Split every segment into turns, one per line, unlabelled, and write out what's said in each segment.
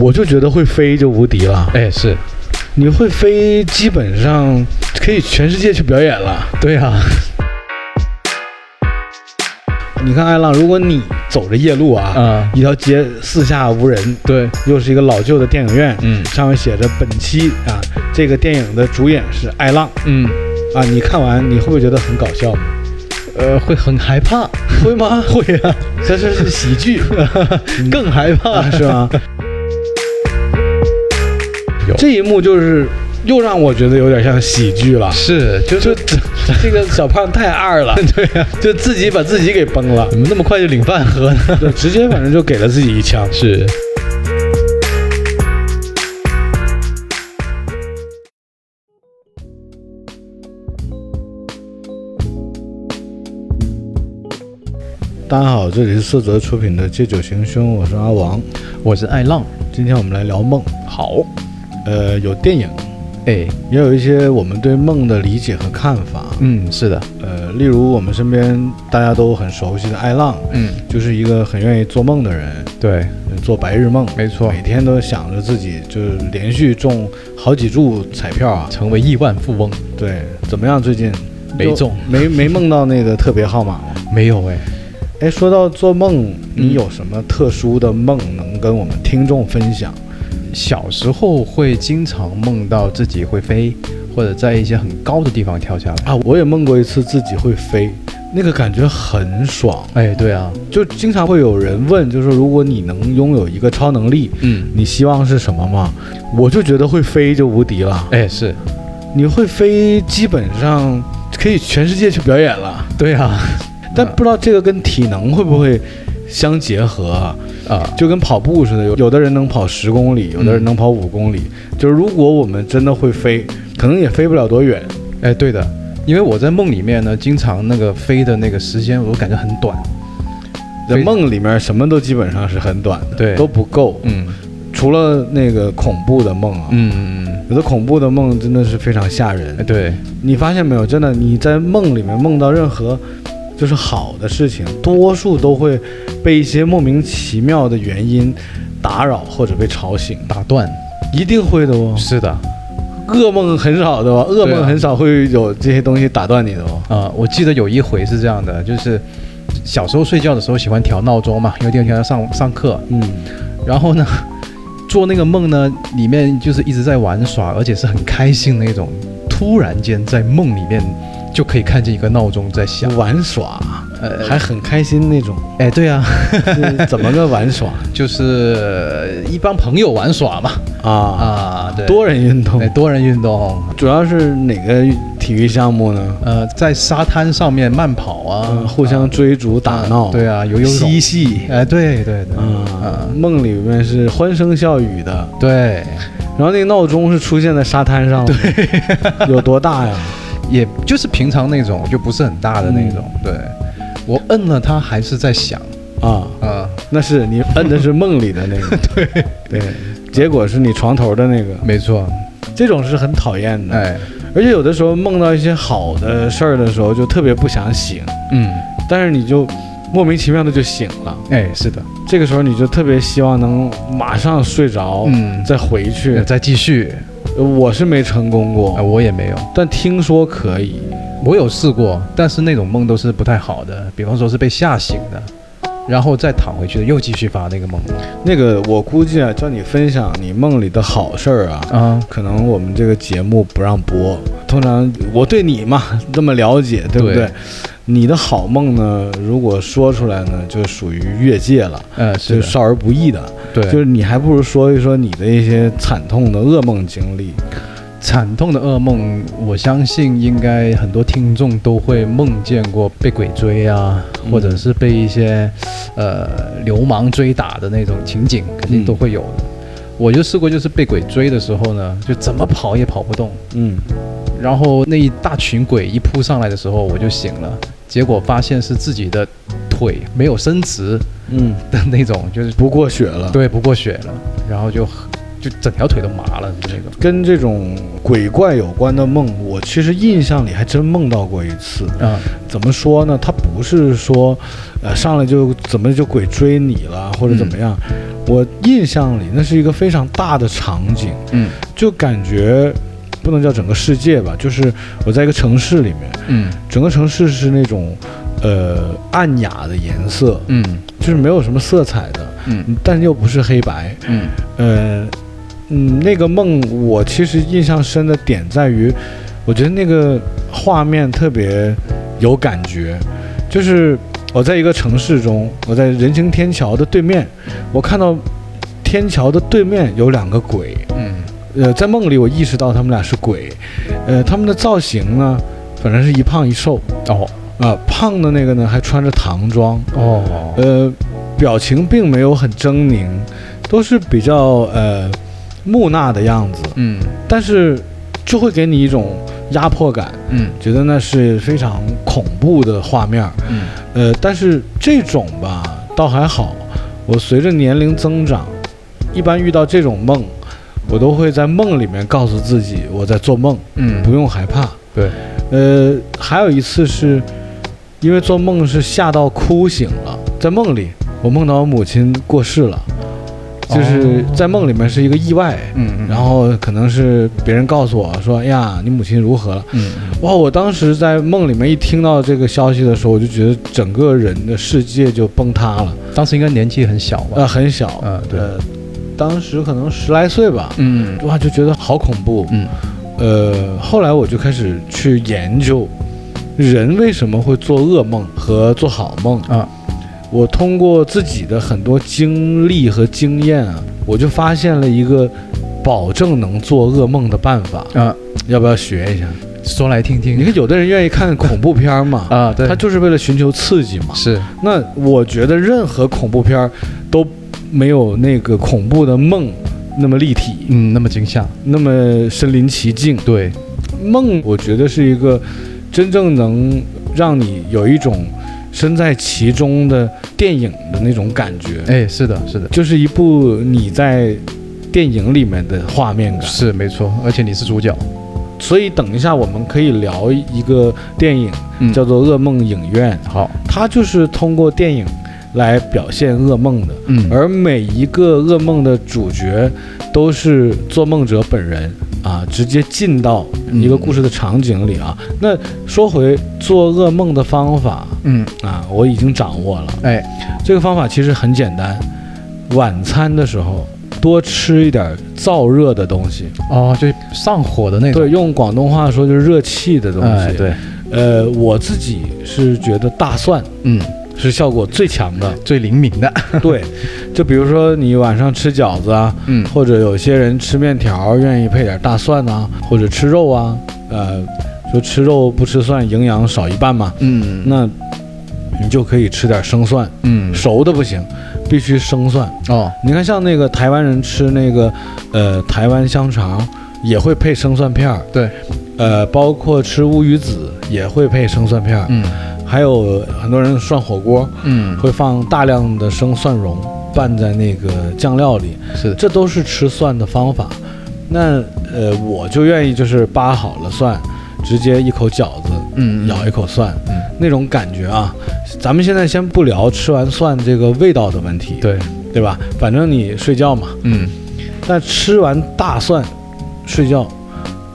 我就觉得会飞就无敌了。
哎，是，
你会飞，基本上可以全世界去表演了。
对啊，
你看艾浪，如果你走着夜路啊，
嗯，
一条街四下无人，
对，
又是一个老旧的电影院，
嗯
上面写着本期啊，这个电影的主演是艾浪
嗯，
啊，你看完你会不会觉得很搞笑？
呃，会很害怕，
会吗？
会啊，
这是是喜剧，
更害怕
啊，是吗？
有
这一幕就是又让我觉得有点像喜剧 了，
是，就
就是 这这个小胖太二了，
对呀、
就自己把自己给崩 了，
怎么那么快就领饭盒呢？
就直接反正就给了自己一枪。
是，
大家好，这里是色泽出品的《借酒行凶》，我是阿王。
我是爱浪，
今天我们来聊梦，
好，
呃，有电影，
哎，
也有一些我们对梦的理解和看法。
嗯，是的，
呃，例如我们身边大家都很熟悉的艾浪，
嗯，
就是一个很愿意做梦的人，
对，
呃做白日梦，
没错
每天都想着自己就是连续中好几注彩票啊。
成为亿万富翁
对，怎么样？最近
没中，
嗯没没梦到那个特别号码吗？
没有哎，
哎，说到做梦，你
嗯
有什么特殊的梦能跟我们听众分享？
小时候会经常梦到自己会飞，或者在一些很高的地方跳下来。
啊，我也梦过一次自己会飞，那个感觉很爽。
哎，对啊，
就经常会有人问，就是如果你能拥有一个超能力，
嗯，
你希望是什么吗？我就觉得会飞就无敌了。
哎，是
你会飞，基本上可以全世界去表演了。
对啊，
但不知道这个跟体能会不会相结合啊？
啊，
就跟跑步似的，有有的人能跑十公
嗯
里，有的人能跑五公里。就是如果我们真的会飞，可能也飞不了多远。
哎，对的，因为我在梦里面呢，经常那个飞的那个时间，我感觉很短。
在
非
梦里面，什么都基本上是很短的，
对
都不够。
嗯
除了那个恐怖的梦啊，
嗯嗯，
有的恐怖的梦真的是非常吓
哎，
人。
对，
你发现没有？真的，你在梦里面梦到任何就是好的事情，多数都会被一些莫名其妙的原因打扰或者被吵醒，
打断，
一定会的哦。
是的，
噩梦很少的吧？哦噩梦很少会有这些东西打断你的哦。
啊、我记得有一回是这样的，就是小时候睡觉的时候喜欢调闹钟嘛，因为第二天要上上课，
嗯，
然后呢， 做那个梦呢，里面就是一直在玩耍，而且是很开心的那种，突然间在梦里面就可以看见一个闹钟在响，
嗯玩耍
呃，
还很开心那 种，
哎，对啊，
是怎么个玩耍
就是呃一帮朋友玩耍嘛，
啊？
啊，对，
多人运动
哎，多人运动，
主要是哪个体育项目呢？
呃，在沙滩上面慢跑啊
嗯，，互相追逐打闹，
啊对啊，游游泳
嬉，戏，
哎，对对对，
啊
啊，
梦里面是欢声笑语的，
对，
然后那个闹钟是出现在沙滩上，对，有多大呀？
也就是平常那种，就不是很大的那种，
嗯
对。我摁了它还是在响，
啊，
啊、
那是你摁的是梦里的那个，对对，结果是你床头的那个，
没错，
这种是很讨厌的，
哎，
而且有的时候梦到一些好的事儿的时候，就特别不想醒，
嗯，
但是你就莫名其妙的就醒了。
哎，是的，
这个时候你就特别希望能马上睡着，
嗯
再回去
那。再继续
我是没成功过，
啊、我也没有，
但听说可以。
我有试过，但是那种梦都是不太好的，比方说是被吓醒的，然后再躺回去的，又继续发那个梦
那个我估计啊，叫你分享你梦里的好事儿啊，
啊，
可能我们这个节目不让播。通常我对你嘛 那么了解，对不对？
对
你的好梦呢，如果说出来呢，就属于越界了，
呃，是
就
的，
少儿不宜的。
对，
就是你还不如说一说你的一些惨痛的噩梦经历。
惨痛的噩梦，我相信应该很多听众都会梦见过被鬼追啊，
嗯
或者是被一些呃流氓追打的那种情景，肯定都会有的。我就试过，就是被鬼追的时候呢，就怎么跑也跑不动，
嗯，
然后那一大群鬼一扑上来的时候，我就醒了，结果发现是自己的腿没有伸直
嗯，
的那种，就是
不过血了。，
对不过血了，然后就很就整条腿都麻了那种。
跟这种鬼怪有关的梦，我其实印象里还真梦到过一次。
啊
怎么说呢？他不是说，呃，上来就怎么就鬼追你了，或者怎么样。我印象里那是一个非常大的场景，
嗯
就感觉不能叫整个世界吧，就是我在一个城市里面，
嗯
整个城市是那种，呃，暗哑的颜色，
嗯
就是没有什么色彩的，
嗯
但又不是黑白。
嗯
呃，嗯，那个梦我其实印象深的点在于，我觉得那个画面特别有感觉，就是我在一个城市中，我在人行天桥的对面，我看到天桥的对面有两个鬼，
嗯
呃，在梦里我意识到他们俩是鬼，呃，他们的造型呢，反正是一胖一瘦
哦
啊、胖的那个呢还穿着唐装，
哦
呃，表情并没有很狰狞，都是比较呃木讷的样子，
嗯
但是就会给你一种压迫感，
嗯
觉得那是非常恐怖的画面儿。
嗯
呃，但是这种吧倒还好，我随着年龄增长，一般遇到这种梦，我都会在梦里面告诉自己我在做梦，
嗯
不用害怕。
对
呃，还有一次是因为做梦是吓到哭醒了，在梦里我梦到我母亲过世了，就是
哦
在梦里面是一个意外，
嗯
然后可能是别人告诉我说，哎呀，你母亲如何了？
嗯
哇！我当时在梦里面一听到这个消息的时候，我就觉得整个人的世界就崩塌了，
嗯当时应该年纪很小吧
呃，？很小，
嗯对
呃，当时可能十来岁吧，
嗯
哇，就觉得好恐怖，
嗯
呃，后来我就开始去研究人为什么会做噩梦和做好梦。
啊
我通过自己的很多经历和经验啊，我就发现了一个保证能做噩梦的办法，
啊，
要不要学一下？
说来 听
你
听
看，有的人愿意看恐怖片 嘛，
啊，对
他，就是为了寻求刺激嘛。
是
那我觉得任何恐怖片儿都没有那个恐怖的梦那么立体，
嗯，那么惊吓，
那么身临其境。
对，
梦，我觉得是一个真正能让你有一种身在其中的电影的那种感觉，
哎，是的，是的，
就是一部你在电影里面的画面感。
是没错，而且你是主角，
所以，等一下我们可以聊一个电影，
嗯
叫做《噩梦影院》，
好，
它就是通过电影来表现噩梦的。
嗯
而每一个噩梦的主角都是做梦者本人啊，直接进到
嗯
一个故事的场景里啊。那说回做噩梦的方法
嗯，
啊，我已经掌握了。
哎，
这个方法其实很简单，晚餐的时候多吃一点燥热的东西，
哦，就上火的那种，
对，用广东话说就是热气的东
哎，
西。，
对，
呃，我自己是觉得大蒜
嗯，
是效果最强 的。
最灵敏的，
对，就比如说你晚上吃饺子啊。
嗯
或者有些人吃面条愿意配点大蒜呐、或者吃肉啊，呃，说吃肉不吃蒜，营养少一半嘛，
嗯
那你就可以吃点生蒜，
嗯
熟的不行，必须生蒜。
哦，
你看，像那个台湾人吃那个，呃，台湾香肠也会配生蒜片儿，
对，
呃，包括吃乌鱼子也会配生蒜片儿，
嗯
还有很多人涮火锅
嗯，
会放大量的生蒜蓉拌在那个酱料里，
是的，
这都是吃蒜的方法。那呃，我就愿意就是扒好了蒜，直接一口饺子，
嗯
咬一口蒜，
嗯，
那种感觉啊。咱们现在先不聊吃完蒜这个味道的问题，
对，
对吧？反正你睡觉嘛，
嗯
但吃完大蒜睡觉，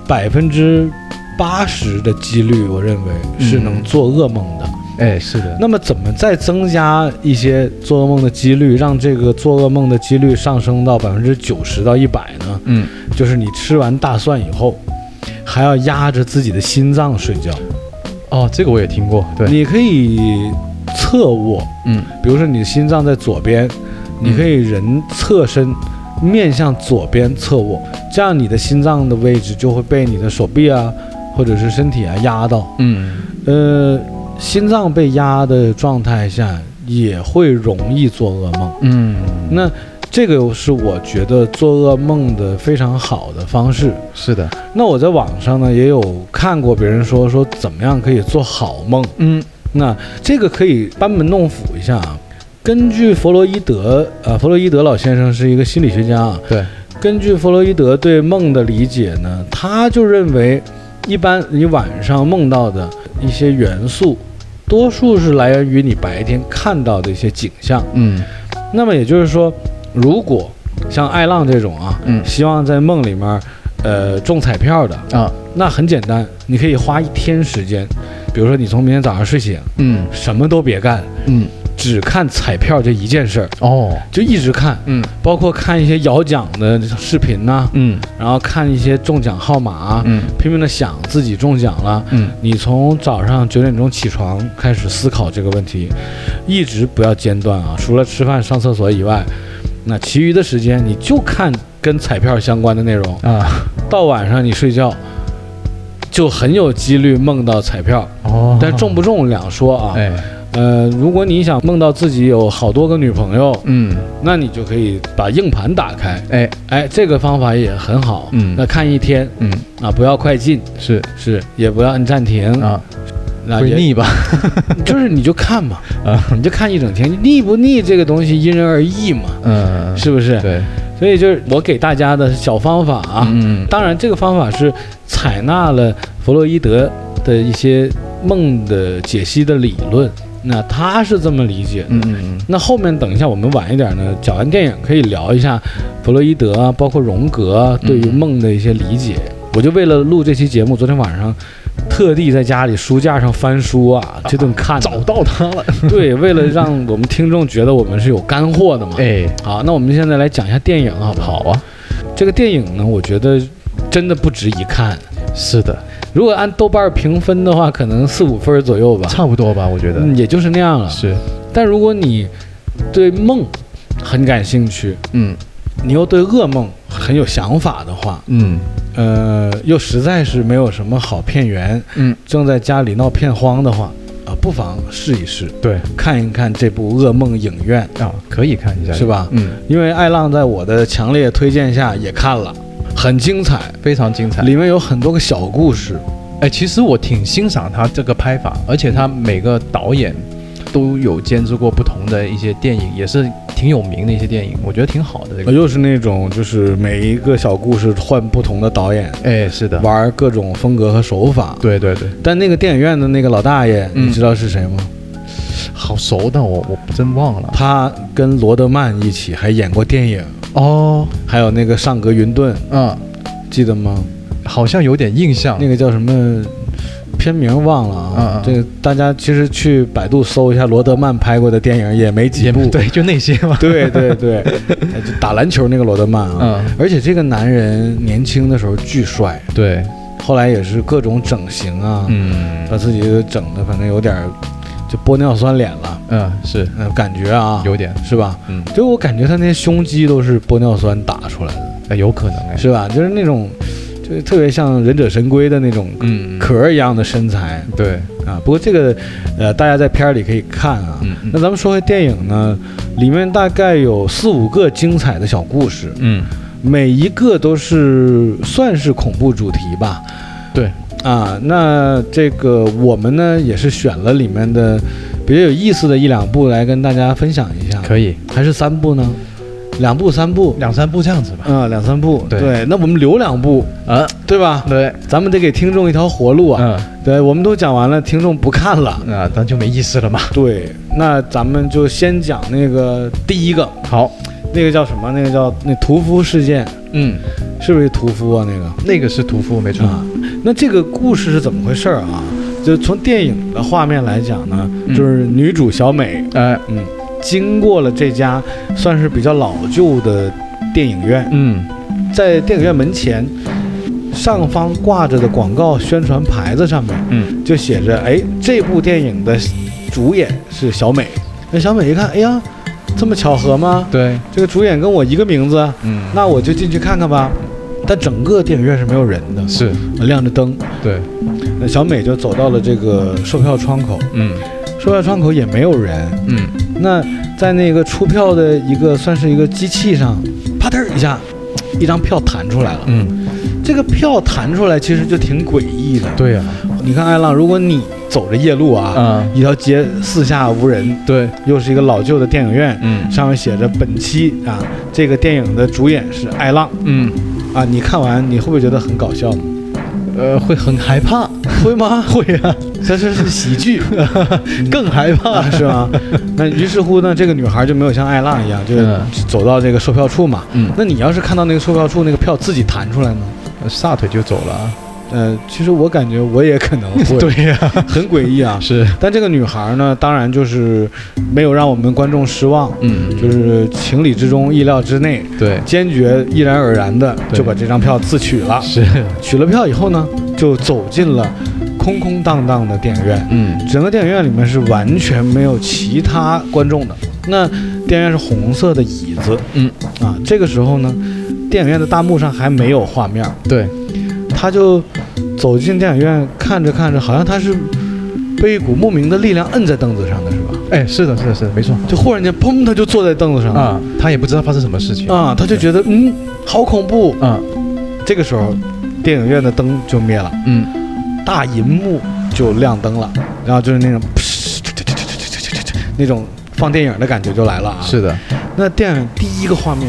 百分之八十的几率，我认为是能
嗯
做噩梦的。
哎，是的，
那么怎么再增加一些做噩梦的几率，让这个做噩梦的几率上升到百分之九十到一百呢？
嗯，
就是你吃完大蒜以后，还要压着自己的心脏睡觉。
哦，这个我也听过，对，
你可以侧卧，
嗯
比如说你的心脏在左边，你可以人侧身。面向左边侧卧，这样你的心脏的位置就会被你的手臂啊，或者是身体啊压到。
嗯
呃，心脏被压的状态下也会容易做噩梦。
嗯，
那这个是我觉得做噩梦的非常好的方式。
是的，
那我在网上呢也有看过别人说说怎么样可以做好梦。
嗯
那这个可以班门弄斧一下啊。根据弗洛伊德，呃，弗洛伊德老先生是一个心理学家啊，
对，
根据弗洛伊德对梦的理解呢，他就认为，一般你晚上梦到的一些元素，多数是来源于你白天看到的一些景象。
嗯
那么也就是说，如果像艾浪这种啊，
嗯
希望在梦里面，呃，中彩票的，
啊
那很简单，你可以花一天时间，比如说你从明天早上睡醒，
嗯
什么都别干，
嗯
只看彩票这一件事儿，
哦
就一直看，
嗯
包括看一些摇奖的视频呐、
嗯
然后看一些中奖号码啊、
嗯
拼命的想自己中奖了。
嗯
你从早上九点钟起床开始思考这个问题，一直不要间断啊！除了吃饭、上厕所以外，那其余的时间你就看跟彩票相关的内容。
啊
到晚上你睡觉，就很有几率梦到彩票，
哦，
但中不中两说啊。
哎
呃，如果你想梦到自己有好多个女朋友，
嗯
那你就可以把硬盘打开，
哎
哎，这个方法也很好。
嗯
那看一天
嗯
啊，不要快进，
是
是也不要按暂停，
啊
那
会
也
腻吧
就是你就看嘛，
啊
你就看一整天，腻不腻这个东西因人而异嘛，
嗯
是不是？
对
所以就是我给大家的小方法啊，
嗯
当然这个方法是采纳了弗洛伊德的一些梦的解析的理论，那他是这么理解的。
嗯嗯
那后面等一下，我们晚一点呢，讲完电影可以聊一下弗洛伊德啊，包括荣格啊对于梦的一些理解。我就为了录这期节目，昨天晚上特地在家里书架上翻书啊，这顿看的、
到他了
对，为了让我们听众觉得我们是有干货的嘛。
哎
好，那我们现在来讲一下电影好不好？
好啊
这个电影呢，我觉得真的不值一看。
是的
如果按豆瓣评分的话，可能四五分左右吧，
差不多吧我觉得
嗯，也就是那样了。
是
但如果你对梦很感兴趣，
嗯
你又对噩梦很有想法的话，
嗯
呃，又实在是没有什么好片源，
嗯
正在家里闹片荒的话，啊、不妨试一试，
对
看一看这部《噩梦影院
啊可以看一下》，
是吧？
嗯
因为艾浪在我的强烈推荐下也看了，很精彩，
非常精彩。
里面有很多个小故事，
哎，其实我挺欣赏他这个拍法，而且他每个导演都有监制过不同的一些电影，也是挺有名的一些电影，我觉得挺好的。这
呃
个，
又是那种就是每一个小故事换不同的导演，
哎，是的，
玩各种风格和手法。
对对对，
但那个电影院的那个老大爷，
嗯
你知道是谁吗？
好熟，但我我真忘了。
他跟罗德曼一起还演过电影，
哦，
还有那个上格云顿，
嗯，
记得吗？
好像有点印象。
那个叫什么片名忘了
嗯
啊
嗯？
这个大家其实去百度搜一下罗德曼拍过的电影，也没几
也
部。
对，就那些嘛。
对对对，哎就打篮球那个罗德曼啊。
嗯，
而且这个男人年轻的时候巨帅，
对，
后来也是各种整形啊，
嗯
把自己整的反正有点儿就玻尿酸脸了，
嗯，是
嗯、感觉啊，
有点，
是吧？
嗯，
就我感觉他那些胸肌都是玻尿酸打出来的，
哎，有可能哎。
是吧？就是那种，就是特别像忍者神龟的那种
嗯，
壳儿一样的身材
对，
啊。不过这个，呃，大家在片儿里可以看啊。
嗯
那咱们说回电影呢，里面大概有四五个精彩的小故事，
嗯，
每一个都是算是恐怖主题吧。
对，
啊，那这个我们呢也是选了里面的比较有意思的一两部来跟大家分享一下，
可以，
还是三部呢？两部、三部，
两三部这样子吧。
嗯、两三部
对
那我们留两部，
啊，
对吧？
对，
咱们得给听众一条活路啊！
嗯，啊
对，我们都讲完了，听众不看了。
那咱就没意思了嘛。
对，那咱们就先讲那个第一个，
好，
那个叫什么？那个叫那屠夫事件，
嗯。
是不是屠夫啊？那个？
那个是屠夫，没错。
啊，那这个故事是怎么回事儿啊？就从电影的画面来讲呢，
嗯
就是女主小美，
呃，
嗯，经过了这家算是比较老旧的电影院，
嗯，
在电影院门前上方挂着的广告宣传牌子上面，
嗯，
就写着，哎，这部电影的主演是小美。那小美一看，哎呀，这么巧合吗？
对，
这个主演跟我一个名字，
嗯，
那我就进去看看吧。但整个电影院是没有人的，
是
亮着灯。
对，
那小美就走到了这个售票窗口，
嗯
售票窗口也没有人。
嗯，
那在那个出票的一个算是一个机器上，啪嗒一下，一张票弹出来了。
嗯，
这个票弹出来其实就挺诡异的。
对呀、啊
你看艾浪，如果你走着夜路啊，
嗯，
一条街四下无人，
对，
又是一个老旧的电影院，
嗯
上面写着本期啊，这个电影的主演是艾浪
嗯，
啊，你看完你会不会觉得很搞笑？
呃，会很害怕，
会吗？
会啊，
这是是喜剧，
更害怕
啊，，是吗？那于是乎呢，这个女孩就没有像艾浪一样，就是
嗯
走到这个售票处嘛。
嗯，
那你要是看到那个售票处那个票自己弹出来呢？
撒腿就走了啊，
呃，其实我感觉我也可能会，
对呀，
很诡异啊。
是，
但这个女孩呢，当然就是没有让我们观众失望，
嗯，
就是情理之中、意料之内，
对，
坚决毅然而然的
对
就把这张票自取了。
是，
取了票以后呢，就走进了空空荡荡的电影院。
嗯
整个电影院里面是完全没有其他观众的。那电影院是红色的椅子
嗯，
啊，这个时候呢，电影院的大幕上还没有画面，
对，
他就走进电影院，看着看着，好像他是被一股莫名的力量摁在凳子上的是吧？
哎，是的，是的，是的，没错，
就忽然间砰，他就坐在凳子上了
啊，他也不知道发生什么事情，
啊，他就觉得嗯，好恐怖。
啊，
这个时候，电影院的灯就灭了，
嗯，
大银幕就亮灯了，然后就是那种噗那种放电影的感觉就来了啊。
是的，
那电影第一个画面，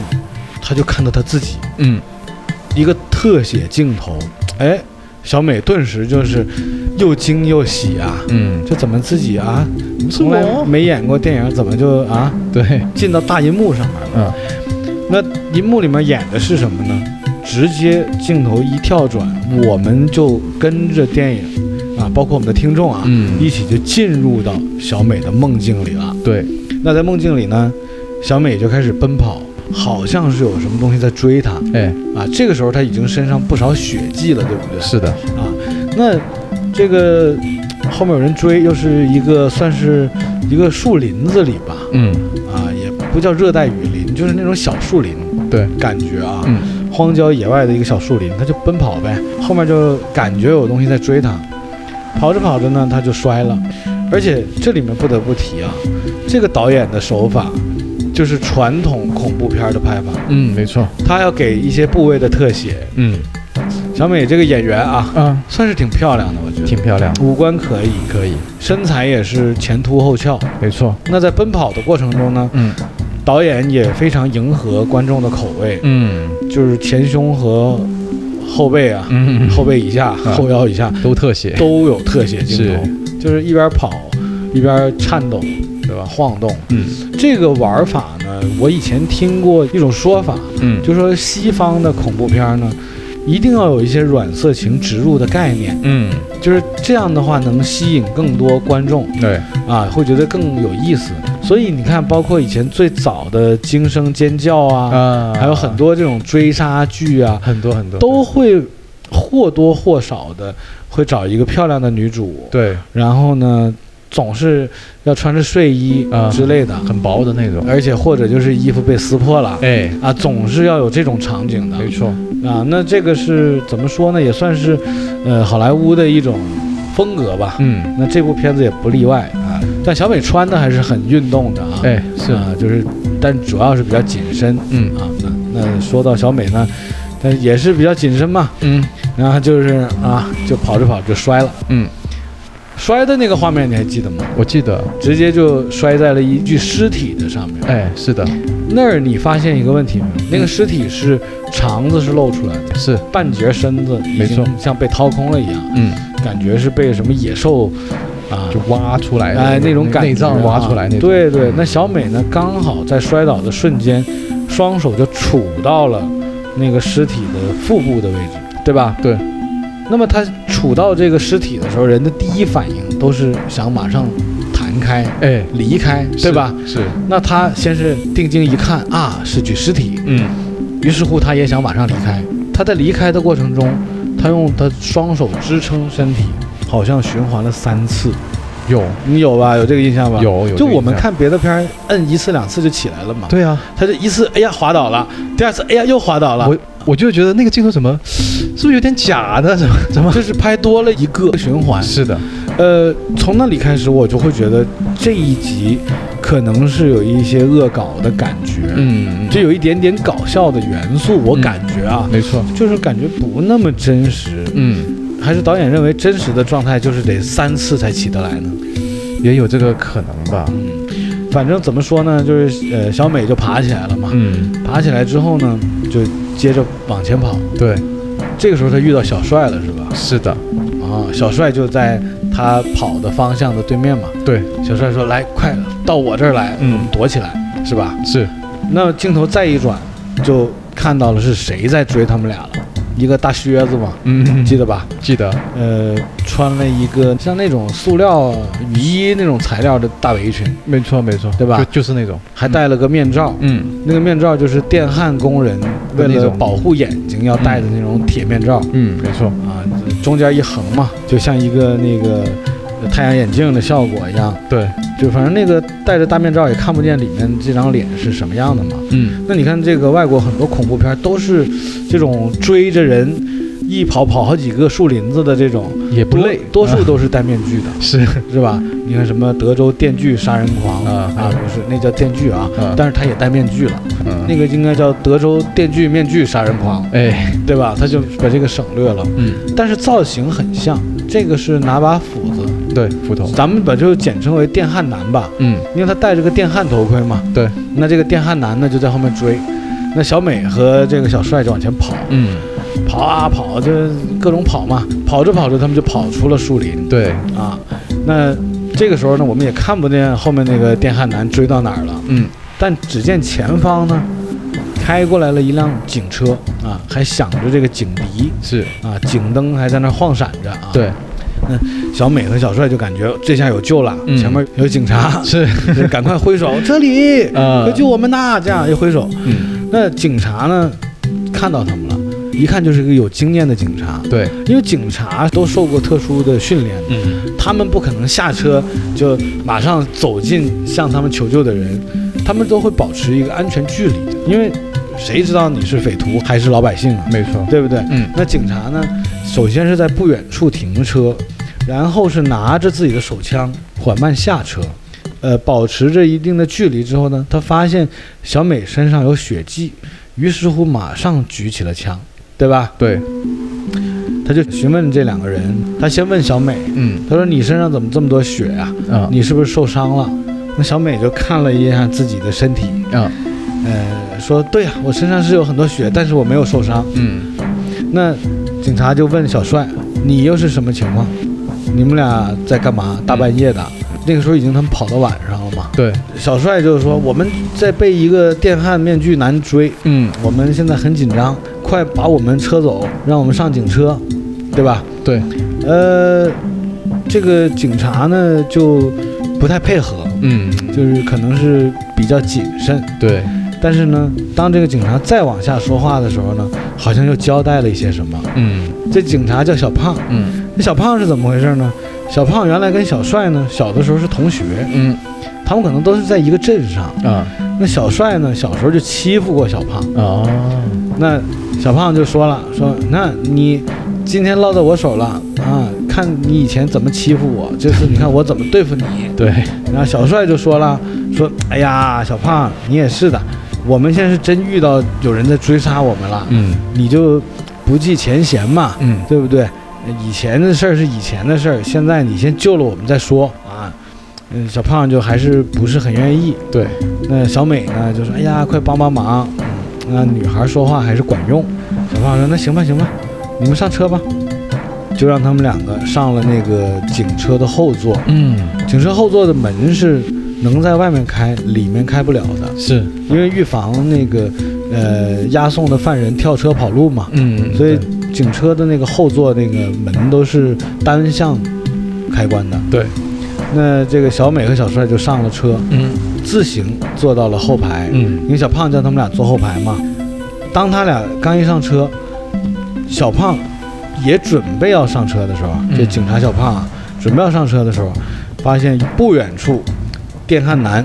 他就看到他自己
嗯，
一个特写镜头，哎，小美顿时就是又惊又喜啊，
嗯，
这怎么自己啊，从来
我
没演过电影，怎么就啊
对，
进到大银幕上面了？
嗯，
那银幕里面演的是什么呢？直接镜头一跳转，我们就跟着电影啊，包括我们的听众啊，
嗯
一起就进入到小美的梦境里了。
对，
那在梦境里呢，小美就开始奔跑，好像是有什么东西在追她
哎，
啊。这个时候她已经身上不少血迹了，对不对？
是的，
啊。那这个后面有人追，又是一个算是一个树林子里吧，
嗯，
啊，也不叫热带雨林，就是那种小树林
对，
感觉啊，
嗯，
荒郊野外的一个小树林，她就奔跑呗，后面就感觉有东西在追她，跑着跑着呢，她就摔了，而且这里面不得不提啊，这个导演的手法就是传统恐怖片的拍法，
嗯，没错，
他要给一些部位的特写。
嗯，
小美这个演员啊，
啊，
算是挺漂亮的，我觉得，
挺漂亮，
五官可以，
啊可以，
身材也是前凸后翘。
没错，
那在奔跑的过程中呢，
嗯
导演也非常迎合观众的口味，
嗯
就是前胸和后背啊，
嗯，
后背以下、后腰以下
都特写，
都有特写镜头，就是一边跑一边颤抖，对吧？晃动
嗯
这个玩法呢，我以前听过一种说法，
嗯，
就说西方的恐怖片呢，一定要有一些软色情植入的概念，
嗯，
就是这样的话能吸引更多观众
对，
啊，会觉得更有意思。所以你看，包括以前最早的惊声尖叫啊，
啊
还有很多这种追杀剧啊，
很多很多
都会或多或少的会找一个漂亮的女主，
对，
然后呢，总是要穿着睡衣
啊
之类的，
很薄的那种，
而且或者就是衣服被撕破了。
哎，
啊，总是要有这种场景的
没错，
啊。那这个是怎么说呢？也算是，呃，好莱坞的一种风格吧。
嗯，
那这部片子也不例外啊。但小美穿的还是很运动的啊，
哎，是，
啊，就是，但主要是比较紧身啊。
嗯
那那说到小美呢，但也是比较紧身嘛，
嗯
然后就是啊，就跑着跑着就摔了。
嗯，
摔的那个画面你还记得吗？
我记得，
直接就摔在了一具尸体的上面。
哎，嗯是的，
那儿你发现一个问题没有？那个尸体是肠子是露出来的，
是，
半截身子已
没
经
错
像被掏空了一样，
嗯，
感觉是被什么野兽啊
就挖出来的，
哎那种感觉啊、
内脏挖出来那种，
对对，那小美呢，刚好在摔倒的瞬间，双手就杵到了那个尸体的腹部的位置，对吧？
对。
那么她杵到这个尸体的时候，人的第一反应都是想马上弹开、
哎，
离开，对
是
吧？？
是，
那她先是定睛一看啊，是具尸体，
嗯
于是乎她也想马上离开。她在离开的过程中，她用她双手支撑身体，好像循环了三次，
有
你有吧？有这个印象吧？
有有，
就我们，看别的片儿，摁一次两次就起来了嘛。，
对啊，
他就一次，哎呀滑倒了，第二次，哎呀又滑倒了
我， 我就觉得那个镜头怎么，是不是有点假的？怎么怎么？
就是拍多了一个循环。
是的，
呃，从那里开始，我就会觉得这一集可能是有一些恶搞的感觉，，
嗯，
就有一点点搞笑的元素，我感觉啊，
没错，
就是感觉不那么真实，
嗯
还是导演认为真实的状态就是得三次才起得来呢？嗯
也有这个可能吧。
反正怎么说呢，就是呃，小美就爬起来了嘛，
嗯，
爬起来之后呢，就接着往前跑。
对，
这个时候她遇到小帅了，是吧？
是的，
啊，小帅就在她跑的方向的对面嘛。
对，
小帅说：“来，快到我这儿来，
嗯
我们躲起来，是吧
是，？”
那镜头再一转，就看到了是谁在追他们俩了，一个大靴子嘛，
嗯，
记得吧？
记得，
呃，穿了一个像那种塑料雨衣那种材料的大围裙，
没错没错，
对吧
就就是那种，
还戴了个面罩。
嗯
那个面罩就是电焊工人为
那
了
种
保护眼睛要戴的那种铁面罩
嗯，没错，
啊，中间一横嘛，就像一个那个呃太阳眼镜的效果一样。
对，
就反正那个戴着大面罩也看不见里面这张脸是什么样的嘛。
嗯，
那你看这个外国很多恐怖片都是这种追着人一跑跑好几个树林子的这种，
也不累，啊
多数都是戴面 具的。
是
是吧？你看什么德州电锯杀人狂
啊
啊，不是那叫电锯啊
啊，
但是他也戴面具了，
嗯
那个应该叫德州电锯面具杀人狂，
哎，
对吧？他就把这个省略了，
嗯，
但是造型很像，这个是拿把斧子，
对，斧头，
咱们把就简称为电焊男吧，
嗯，
因为他戴着个电焊头盔嘛。
对，
那这个电焊男呢就在后面追。那小美和这个小帅就往前跑，
嗯，
跑啊跑，就各种跑嘛。跑着跑着，他们就跑出了树林。
对，
啊，那这个时候呢，我们也看不见后面那个电焊男追到哪儿了，
嗯，
但只见前方呢，开过来了一辆警车啊，还响着这个警笛
是，
啊，警灯还在那儿晃闪着啊。，
对，
小美和小帅就感觉这下有救了，
嗯
前面有警察，
是，
就赶快挥手，这里，
呃
快，救我们呐！这样一挥手，
嗯，
那警察呢，看到他们了。一看就是一个有经验的警察，
对，
因为警察都受过特殊的训练的，
嗯，
他们不可能下车就马上走近向他们求救的人，他们都会保持一个安全距离，因为谁知道你是匪徒还是老百姓啊，
没错，
对不对？
嗯，
那警察呢，首先是在不远处停车，然后是拿着自己的手枪缓慢下车，呃，保持着一定的距离之后呢，他发现小美身上有血迹，于是乎马上举起了枪，对吧？
对，
他就询问这两个人，他先问小美，
嗯，
他说：“你身上怎么这么多血呀、
啊，
你是不是受伤了？”那小美就看了一下自己的身体，
啊，
呃，说：“对呀、我身上是有很多血，但是我没有受伤。
嗯，”
那警察就问小帅：“你又是什么情况？你们俩在干嘛？大半夜的？”那个时候已经他们跑到晚上了嘛。
对，
小帅就是说：“我们在被一个电焊面具男追，
嗯，
我们现在很紧张，快把我们车走，让我们上警车，对吧？”
对，
呃，这个警察呢就不太配合，
嗯，
就是可能是比较谨慎。
对，
但是呢，当这个警察再往下说话的时候呢，好像又交代了一些什么。
嗯，
这警察叫小胖，
嗯，
那小胖是怎么回事呢？小胖原来跟小帅呢，小的时候是同学，
嗯，
他们可能都是在一个镇上。
啊，
那小帅呢，小时候就欺负过小胖。
哦，
那小胖就说了，说那你今天落到我手了啊，看你以前怎么欺负我，这次你看我怎么对付你。
对，
然后小帅就说了，说哎呀，小胖你也是的，我们现在是真遇到有人在追杀我们了，
嗯，
你就不计前嫌嘛，
嗯，
对不对？以前的事儿是以前的事儿，现在你先救了我们再说啊。嗯，小胖就还是不是很愿意。
对，
那小美呢就说：“哎呀，快帮帮忙！”嗯，那女孩说话还是管用。小胖说：“那行吧，行吧，你们上车吧。”就让他们两个上了那个警车的后座。
嗯，
警车后座的门是能在外面开，里面开不了的，
是，
因为预防那个呃押送的犯人跳车跑路嘛。
嗯，
所以警车的那个后座那个门都是单向开关的。
对，
那这个小美和小帅就上了车，
嗯，
自行坐到了后排。
嗯，
因为小胖叫他们俩坐后排嘛。当他俩刚一上车，小胖也准备要上车的时候，
嗯
这警察小胖啊，准备要上车的时候，啊发现不远处电焊男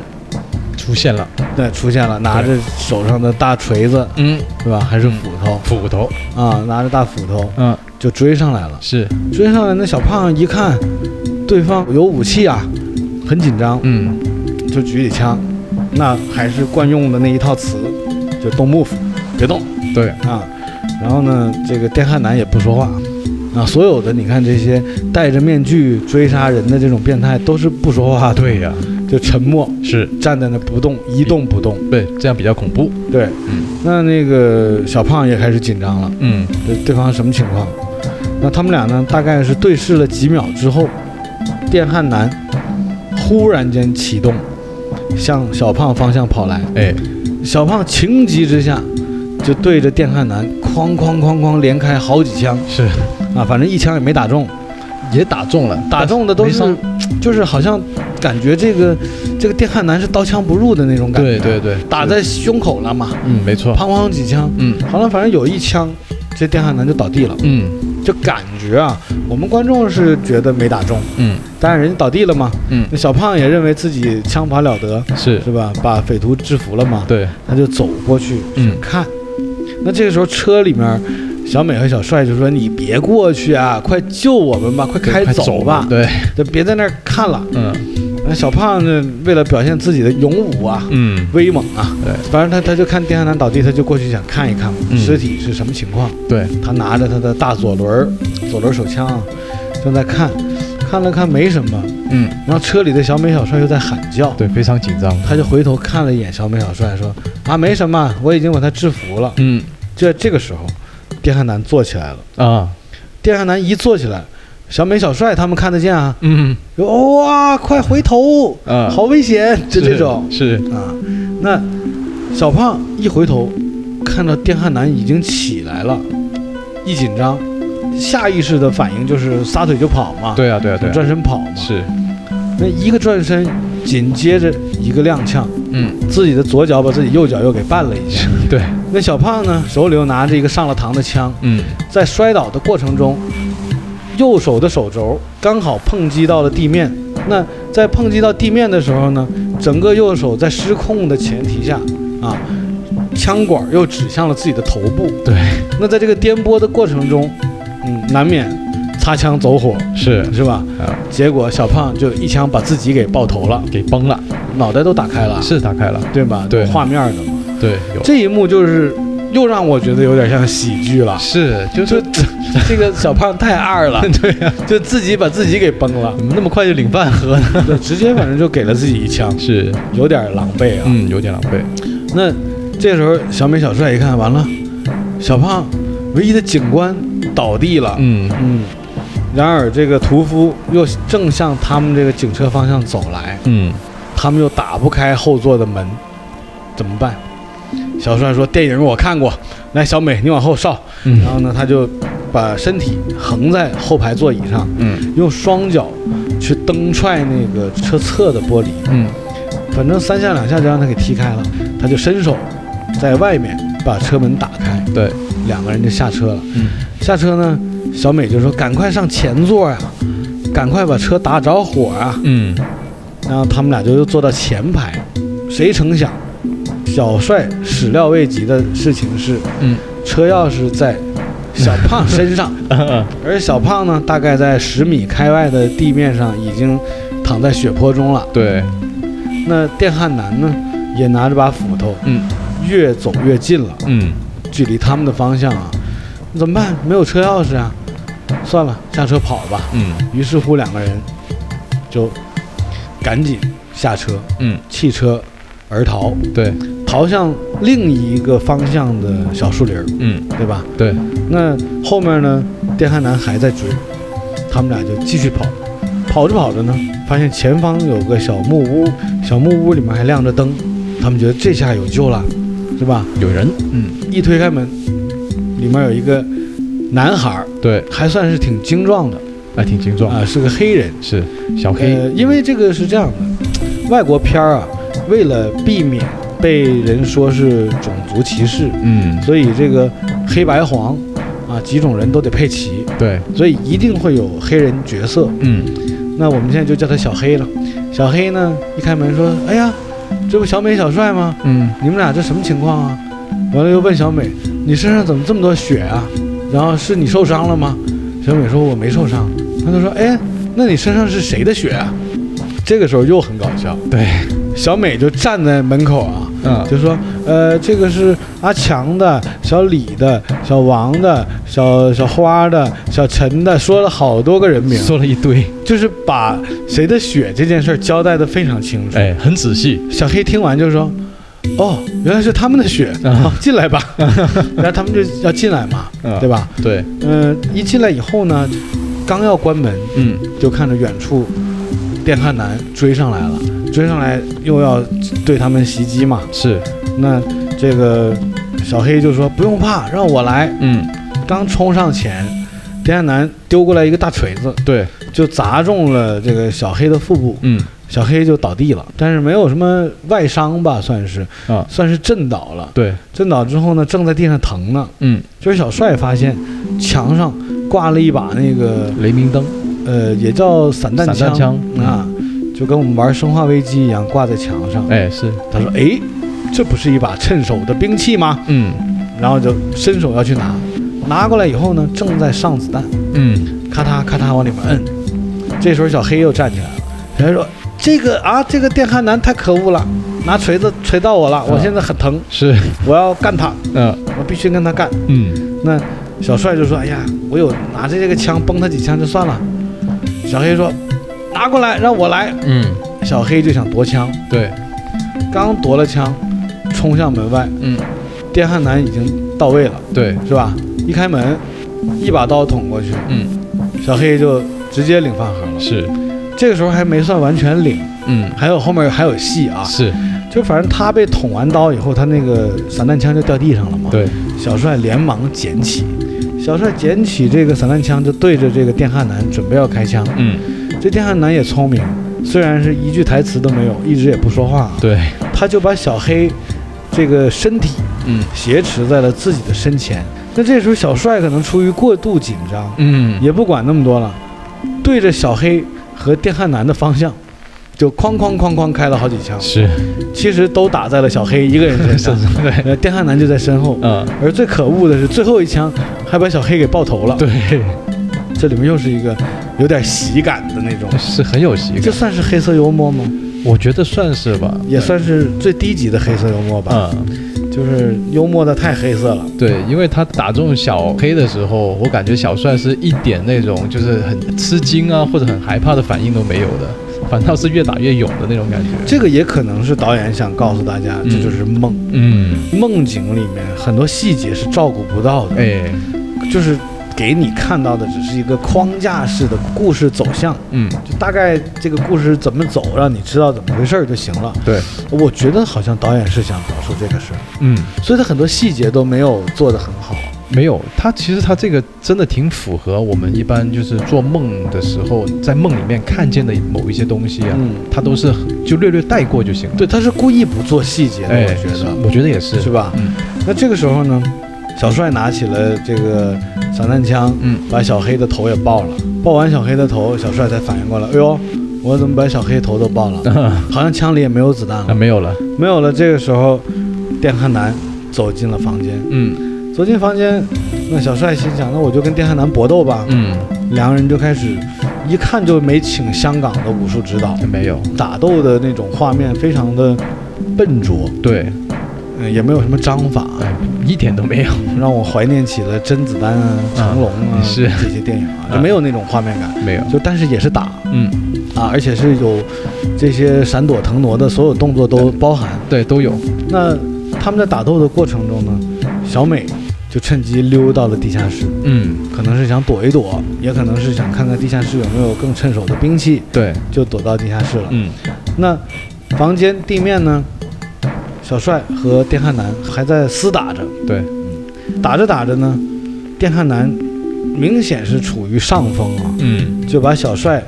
出现了，
对出现了，拿着手上的大锤子
嗯，
是吧？还是斧头
斧头，
啊，拿着大斧头
嗯，
就追上来了。
是，
追上来，那小胖一看对方有武器啊，很紧张，
嗯，
就举起枪，那还是惯用的那一套词，就 don't move，别动。
对，
啊，然后呢，这个电焊男也不说话，啊，所有的你看这些戴着面具追杀人的这种变态都是不说话，
对呀、
就沉默，
是
站在那不动，一动不动。
对，这样比较恐怖。
对，那那个小胖也开始紧张了，
嗯
对对方什么情况？那他们俩呢，大概是对视了几秒之后，电焊男忽然间启动，向小胖方向跑来。
哎，
小胖情急之下，就对着电焊男哐哐哐哐连开好几枪
是
啊，反正一枪也没打中，
也打中了，
打中的都
没
是
伤，
就是好像感觉这个这个电焊男是刀枪不入的那种感觉，
对对，对，
打在胸口了嘛，
嗯，没错，
哐哐几枪，
嗯
好了，反正有一枪，这电焊男就倒地了，
嗯
就感觉啊，我们观众是觉得没打中，
嗯
但是人家倒地了嘛，
嗯，
那小胖也认为自己枪法了得，
是
是吧？把匪徒制服了嘛，
对，
他就走过去
嗯
看。那这个时候车里面，小美和小帅就说：“你别过去啊，快救我们吧，快开
快
走吧，
对，
就别在那儿看了。
嗯”
那小胖呢，为了表现自己的勇武啊、
嗯，
威猛啊，
对
反正他他就看电焊男倒地，他就过去想看一看
嗯
尸体是什么情况。
对，
他拿着他的大左轮儿，左轮手枪啊，正在看，看了看没什么，
嗯
然后车里的小美小帅又在喊叫，
对，非常紧张，
他就回头看了一眼小美小帅，说：“啊，没什么，我已经把他制服了。
嗯
这这个时候，电焊男坐起来了。
啊，
电焊男一坐起来，小美小帅他们看得见啊，
嗯
说：“哇，快回头，
啊，
好危险！”就是这种
是，
啊。那小胖一回头，看到电焊男已经起来了，一紧张，下意识的反应就是撒腿就跑嘛，
对啊对啊对啊，
转身跑嘛。
是，
那一个转身，紧接着一个踉跄。
嗯
自己的左脚把自己右脚又给绊了一下。
对，
那小胖呢，手里又拿着一个上了膛的枪，
嗯
在摔倒的过程中，右手的手肘刚好碰击到了地面。那在碰击到地面的时候呢，整个右手在失控的前提下啊，枪管又指向了自己的头部。
对，
那在这个颠簸的过程中，嗯，难免擦枪走火，
是
是吧？
啊，
结果小胖就一枪把自己给爆头了，
给崩了，
脑袋都打开了，
是打开了，
对吧？
对
画面的嘛。
对，有。
这一幕就是又让我觉得有点像喜剧了，
是，就
就是这个小胖太二了，
对呀、
就自己把自己给崩 了，
怎么那么快就领饭盒呢？
就直接反正就给了自己一枪，
是，
有点狼狈啊。
嗯，有点狼狈。
那这时候小美小帅一看，完了，小胖唯一的警官倒地了，
嗯
嗯，然而这个屠夫又正向他们这个警车方向走来，
嗯，
他们又打不开后座的门，怎么办？小帅说：“电影我看过，来，小美你往后稍。”
嗯
然后呢，他就把身体横在后排座椅上，
嗯
用双脚去蹬踹那个车侧的玻璃，
嗯
反正三下两下就让他给踢开了。他就伸手在外面把车门打开，
对，
两个人就下车了。
嗯
下车呢，小美就说：“赶快上前座呀、赶快把车打着火啊！”
嗯
然后他们俩就又坐到前排，谁成想，小帅始料未及的事情是，
嗯
车钥匙在小胖身上，而小胖呢，大概在十米开外的地面上已经躺在血泊中了。
对，
那电焊男呢，也拿着把斧头，
嗯
越走越近了，
嗯
距离他们的方向啊，那怎么办？没有车钥匙啊，算了，下车跑吧。
嗯
于是乎，两个人就赶紧下车，
嗯，
弃车而逃，
对，
逃向另一个方向的小树林儿，
嗯
对吧？
对，
那后面呢，电焊男还在追，他们俩就继续跑，跑着跑着呢，发现前方有个小木屋，小木屋里面还亮着灯，他们觉得这下有救了，是吧？
有人，嗯
一推开门，里面有一个男孩儿，
对，
还算是挺精壮的
还挺精
啊、
壮，
是个黑人。
是小
呃
黑，，
因为这个是这样的，外国片儿啊，为了避免被人说是种族歧视，
嗯
所以这个黑白黄啊几种人都得配齐，
对，
所以一定会有黑人角色。
嗯
那我们现在就叫他小黑了。小黑呢，一开门说：“哎呀，这不小美小帅吗？
嗯
你们俩这什么情况啊？”完了又问小美：“你身上怎么这么多血啊？然后是你受伤了吗？”小美说：“我没受伤。”他就说：“哎，那你身上是谁的血啊？”这个时候又很搞笑，
对，
小美就站在门口啊，
嗯
就说，呃，这个是阿强的、小李的、小王的、小小花的、小陈的，说了好多个人名，
说了一堆，
就是把谁的血这件事儿交代的非常清楚。
哎，很仔细
小黑听完就说：“哦，原来是他们的血，好
啊，
进来 吧。”然后他们就要进来嘛，
啊
对吧？
对，
嗯、一进来以后呢，刚要关门，
嗯，
就看着远处电焊男追上来了，追上来又要对他们袭击嘛。
是，
那这个小黑就说：“不用怕，让我来。
嗯，”
刚冲上前，电焊男丢过来一个大锤子，
对，
就砸中了这个小黑的腹部，
嗯，
小黑就倒地了，但是没有什么外伤吧，算是
啊
算是震倒了。
对，
震倒之后呢，正在地上疼呢。
嗯，
就是小帅发现墙上挂了一把那个
雷鸣灯，
呃，也叫散弹
散弹枪嗯
啊，就跟我们玩《生化危机》一样挂在墙上。
哎，是，
他说：“哎，这不是一把趁手的兵器吗
嗯？”
然后就伸手要去拿，拿过来以后呢，正在上子弹，
嗯，
咔嗒咔嗒往里面摁。这时候小黑又站起来了，小黑说：“这个啊，这个电焊男太可恶了，拿锤子锤到我了，我现在很疼，
是，
我要干他，
呃，
我必须跟他干。”
嗯，
那小帅就说：“哎呀，我有拿着这个枪崩他几枪就算了。”小黑说：“拿过来，让我来。
嗯，”
小黑就想夺枪，
对，
刚夺了枪，冲向门外，
嗯，
电焊男已经到位了，
对，
是吧？一开门，一把刀捅过去，
嗯，
小黑就直接领饭盒了。
是，
这个时候还没算完全领，
嗯，
还有后面还有戏啊！
是，
就反正他被捅完刀以后，他那个散弹枪就掉地上了嘛。
对，
小帅连忙捡起，小帅捡起这个散弹枪，就对着这个电焊男准备要开枪。
嗯，
这电焊男也聪明，虽然是一句台词都没有，一直也不说话啊，
对，
他就把小黑这个身体
嗯，
挟持在了自己的身前。那这时候小帅可能出于过度紧张，
嗯，
也不管那么多了，对着小黑和电焊男的方向。就哐哐哐哐开了好几枪，
是，。
其实都打在了小黑一个人身上
对，
呃，电焊男就在身后，
呃，
而最可恶的是，最后一枪还把小黑给爆头了。，
对，
这里面又是一个有点喜感的那种，
是很有喜
这
感，
算是黑色幽默吗？
我觉得算是吧，
也算是最低级的黑色幽默吧，
嗯。
就是幽默的太黑色了。
对，因为他打中小黑的时候，我感觉小帅是一点那种就是很吃惊啊或者很害怕的反应都没有的，反倒是越打越勇的那种感觉。
这个也可能是导演想告诉大家，
嗯
这就是梦。
嗯，
梦境里面很多细节是照顾不到的，
哎，
就是给你看到的只是一个框架式的故事走向，
嗯，
就大概这个故事怎么走，让你知道怎么回事儿就行了。
对，
我觉得好像导演是想描述这个事儿。
嗯，
所以他很多细节都没有做得很好。
没有，他其实他这个真的挺符合我们一般就是做梦的时候在梦里面看见的某一些东西啊，
嗯，
他都是就略略带过就行了。
对，他是故意不做细节的，
哎，
我觉得，
我觉得也是，
是吧？
嗯
那这个时候呢，小帅拿起了这个散弹枪，
嗯，
把小黑的头也爆了。爆完小黑的头，小帅才反应过来，哎呦，我怎么把小黑头都爆了？
啊、
好像枪里也没有子弹了。
没有了，
没有了，这个时候，电焊男走进了房间。
嗯
走进房间，那小帅心想，那我就跟电焊男搏斗吧。
嗯，
两个人就开始，一看就没请香港的武术指导。
没有，
打斗的那种画面非常的笨拙，
对，
嗯，也没有什么章法，
哎，一点都没有，
让我怀念起了甄子丹啊、成龙啊
是
这些电影啊，
啊
就没有那种画面感。
没有，
就但是也是打
嗯。
啊，而且是有这些闪躲腾挪的所有动作都包含。
对，都有。
那他们在打斗的过程中呢，小美就趁机溜到了地下室，
嗯，
可能是想躲一躲，也可能是想看看地下室有没有更趁手的兵器，
对，
就躲到地下室了。
嗯，
那房间地面呢？小帅和电焊男还在厮打着，
对，
打着打着呢，电焊男明显是处于上风啊，
嗯
就把小帅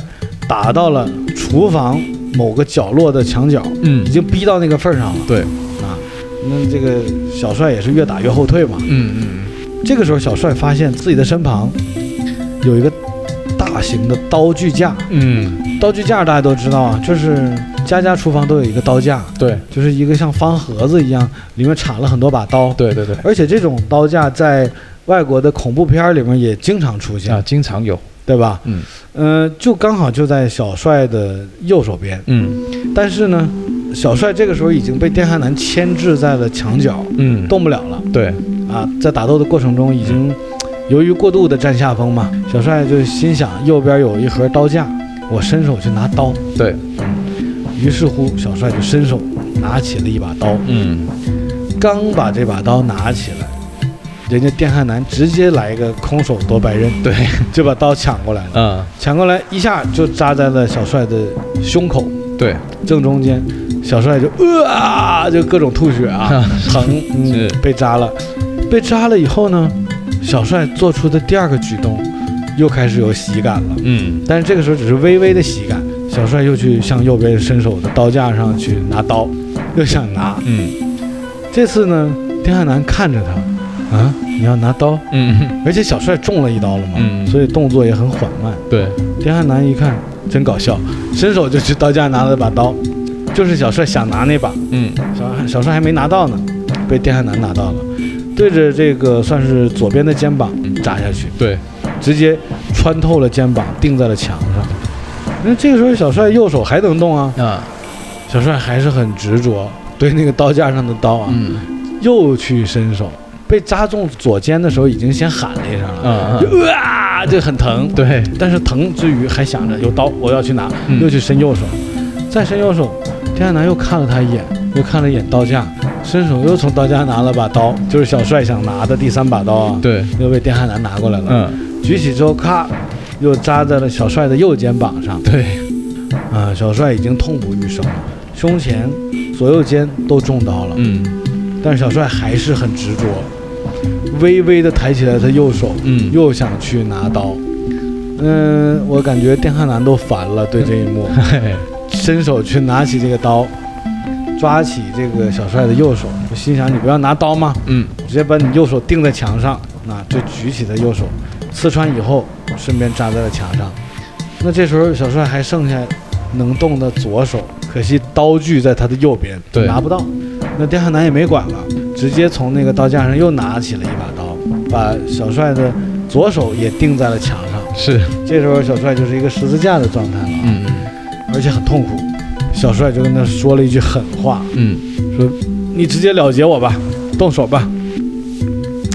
打到了厨房某个角落的墙角，已
嗯，
经逼到那个份儿上了
对，
啊。那这个小帅也是越打越后退嘛。
嗯嗯
这个时候，小帅发现自己的身旁有一个大型的刀具架，
嗯，
刀具架大家都知道啊，就是家家厨房都有一个刀架，
对，
就是一个像方盒子一样，里面插了很多把刀。
对对对，
而且这种刀架在外国的恐怖片儿里面也经常出现，
啊，经常有。
对吧？
嗯
嗯、就刚好就在小帅的右手边，
嗯
但是呢，小帅这个时候已经被电焊男牵制在了墙角，
嗯，
动不了了
对，
啊！在打斗的过程中已经由于过度的占下风嘛，小帅就心想右边有一盒刀架，我伸手去拿刀。
对，
于是乎，小帅就伸手拿起了一把刀，
嗯，
刚把这把刀拿起来，人家电焊男直接来一个空手夺白刃，
对，
就把刀抢过来了，
嗯，
抢过来一下就扎在了小帅的胸口
对，
正中间，小帅就呃啊，就各种吐血啊， 疼，嗯
是，
被扎了，被扎了以后呢，小帅做出的第二个举动，又开始有喜感了。
嗯，
但是这个时候只是微微的喜感，小帅又去向右边伸手的刀架上去拿刀，又想拿。
嗯，
这次呢，丁汉南看着他，啊，你要拿刀，
嗯，
而且小帅中了一刀了嘛，
嗯
所以动作也很缓慢。
对，
丁汉南一看，真搞笑，伸手就去刀架拿了把刀，就是小帅想拿那把，
嗯，
小小帅还没拿到呢，被丁汉南拿到了，对着这个算是左边的肩膀扎下去。
对，
直接穿透了肩膀，钉在了墙上。那这个时候，小帅右手还能动啊，
啊，
小帅还是很执着，对那个刀架上的刀啊，
嗯，
又去伸手。被扎中左肩的时候，已经先喊了一声了，
啊，
就啊，这很疼。
对，
但是疼之余，还想着有刀，我要去拿，
嗯
又去伸右手，再伸右手。天海南又看了他一眼，又看了一眼刀架，伸手又从刀架拿了把刀，就是小帅想拿的第三把刀啊，
对，
又被电汉南拿过来了。
嗯，
举起之后，咔，又扎在了小帅的右肩膀上。
对，
啊、小帅已经痛不欲生了，胸前、左右肩都中刀了，
嗯，
但是小帅还是很执着，微微的抬起来他右手，
嗯，
又想去拿刀。嗯，我感觉电焊男都烦了，对这一幕，
嘿，
伸手去拿起这个刀，抓起这个小帅的右手，我心想：你不要拿刀吗？
嗯，
直接把你右手钉在墙上，那就举起他右手，刺穿以后，顺便扎在了墙上。那这时候小帅还剩下能动的左手，可惜刀具在他的右边，
对
拿不到。那电焊男也没管了，直接从那个刀架上又拿起了一把刀，把小帅的左手也钉在了墙上。
是，
这时候小帅就是一个十字架的状态了，
嗯，
而且很痛苦。小帅就跟他说了一句狠话，
嗯，
说你直接了结我吧，动手吧。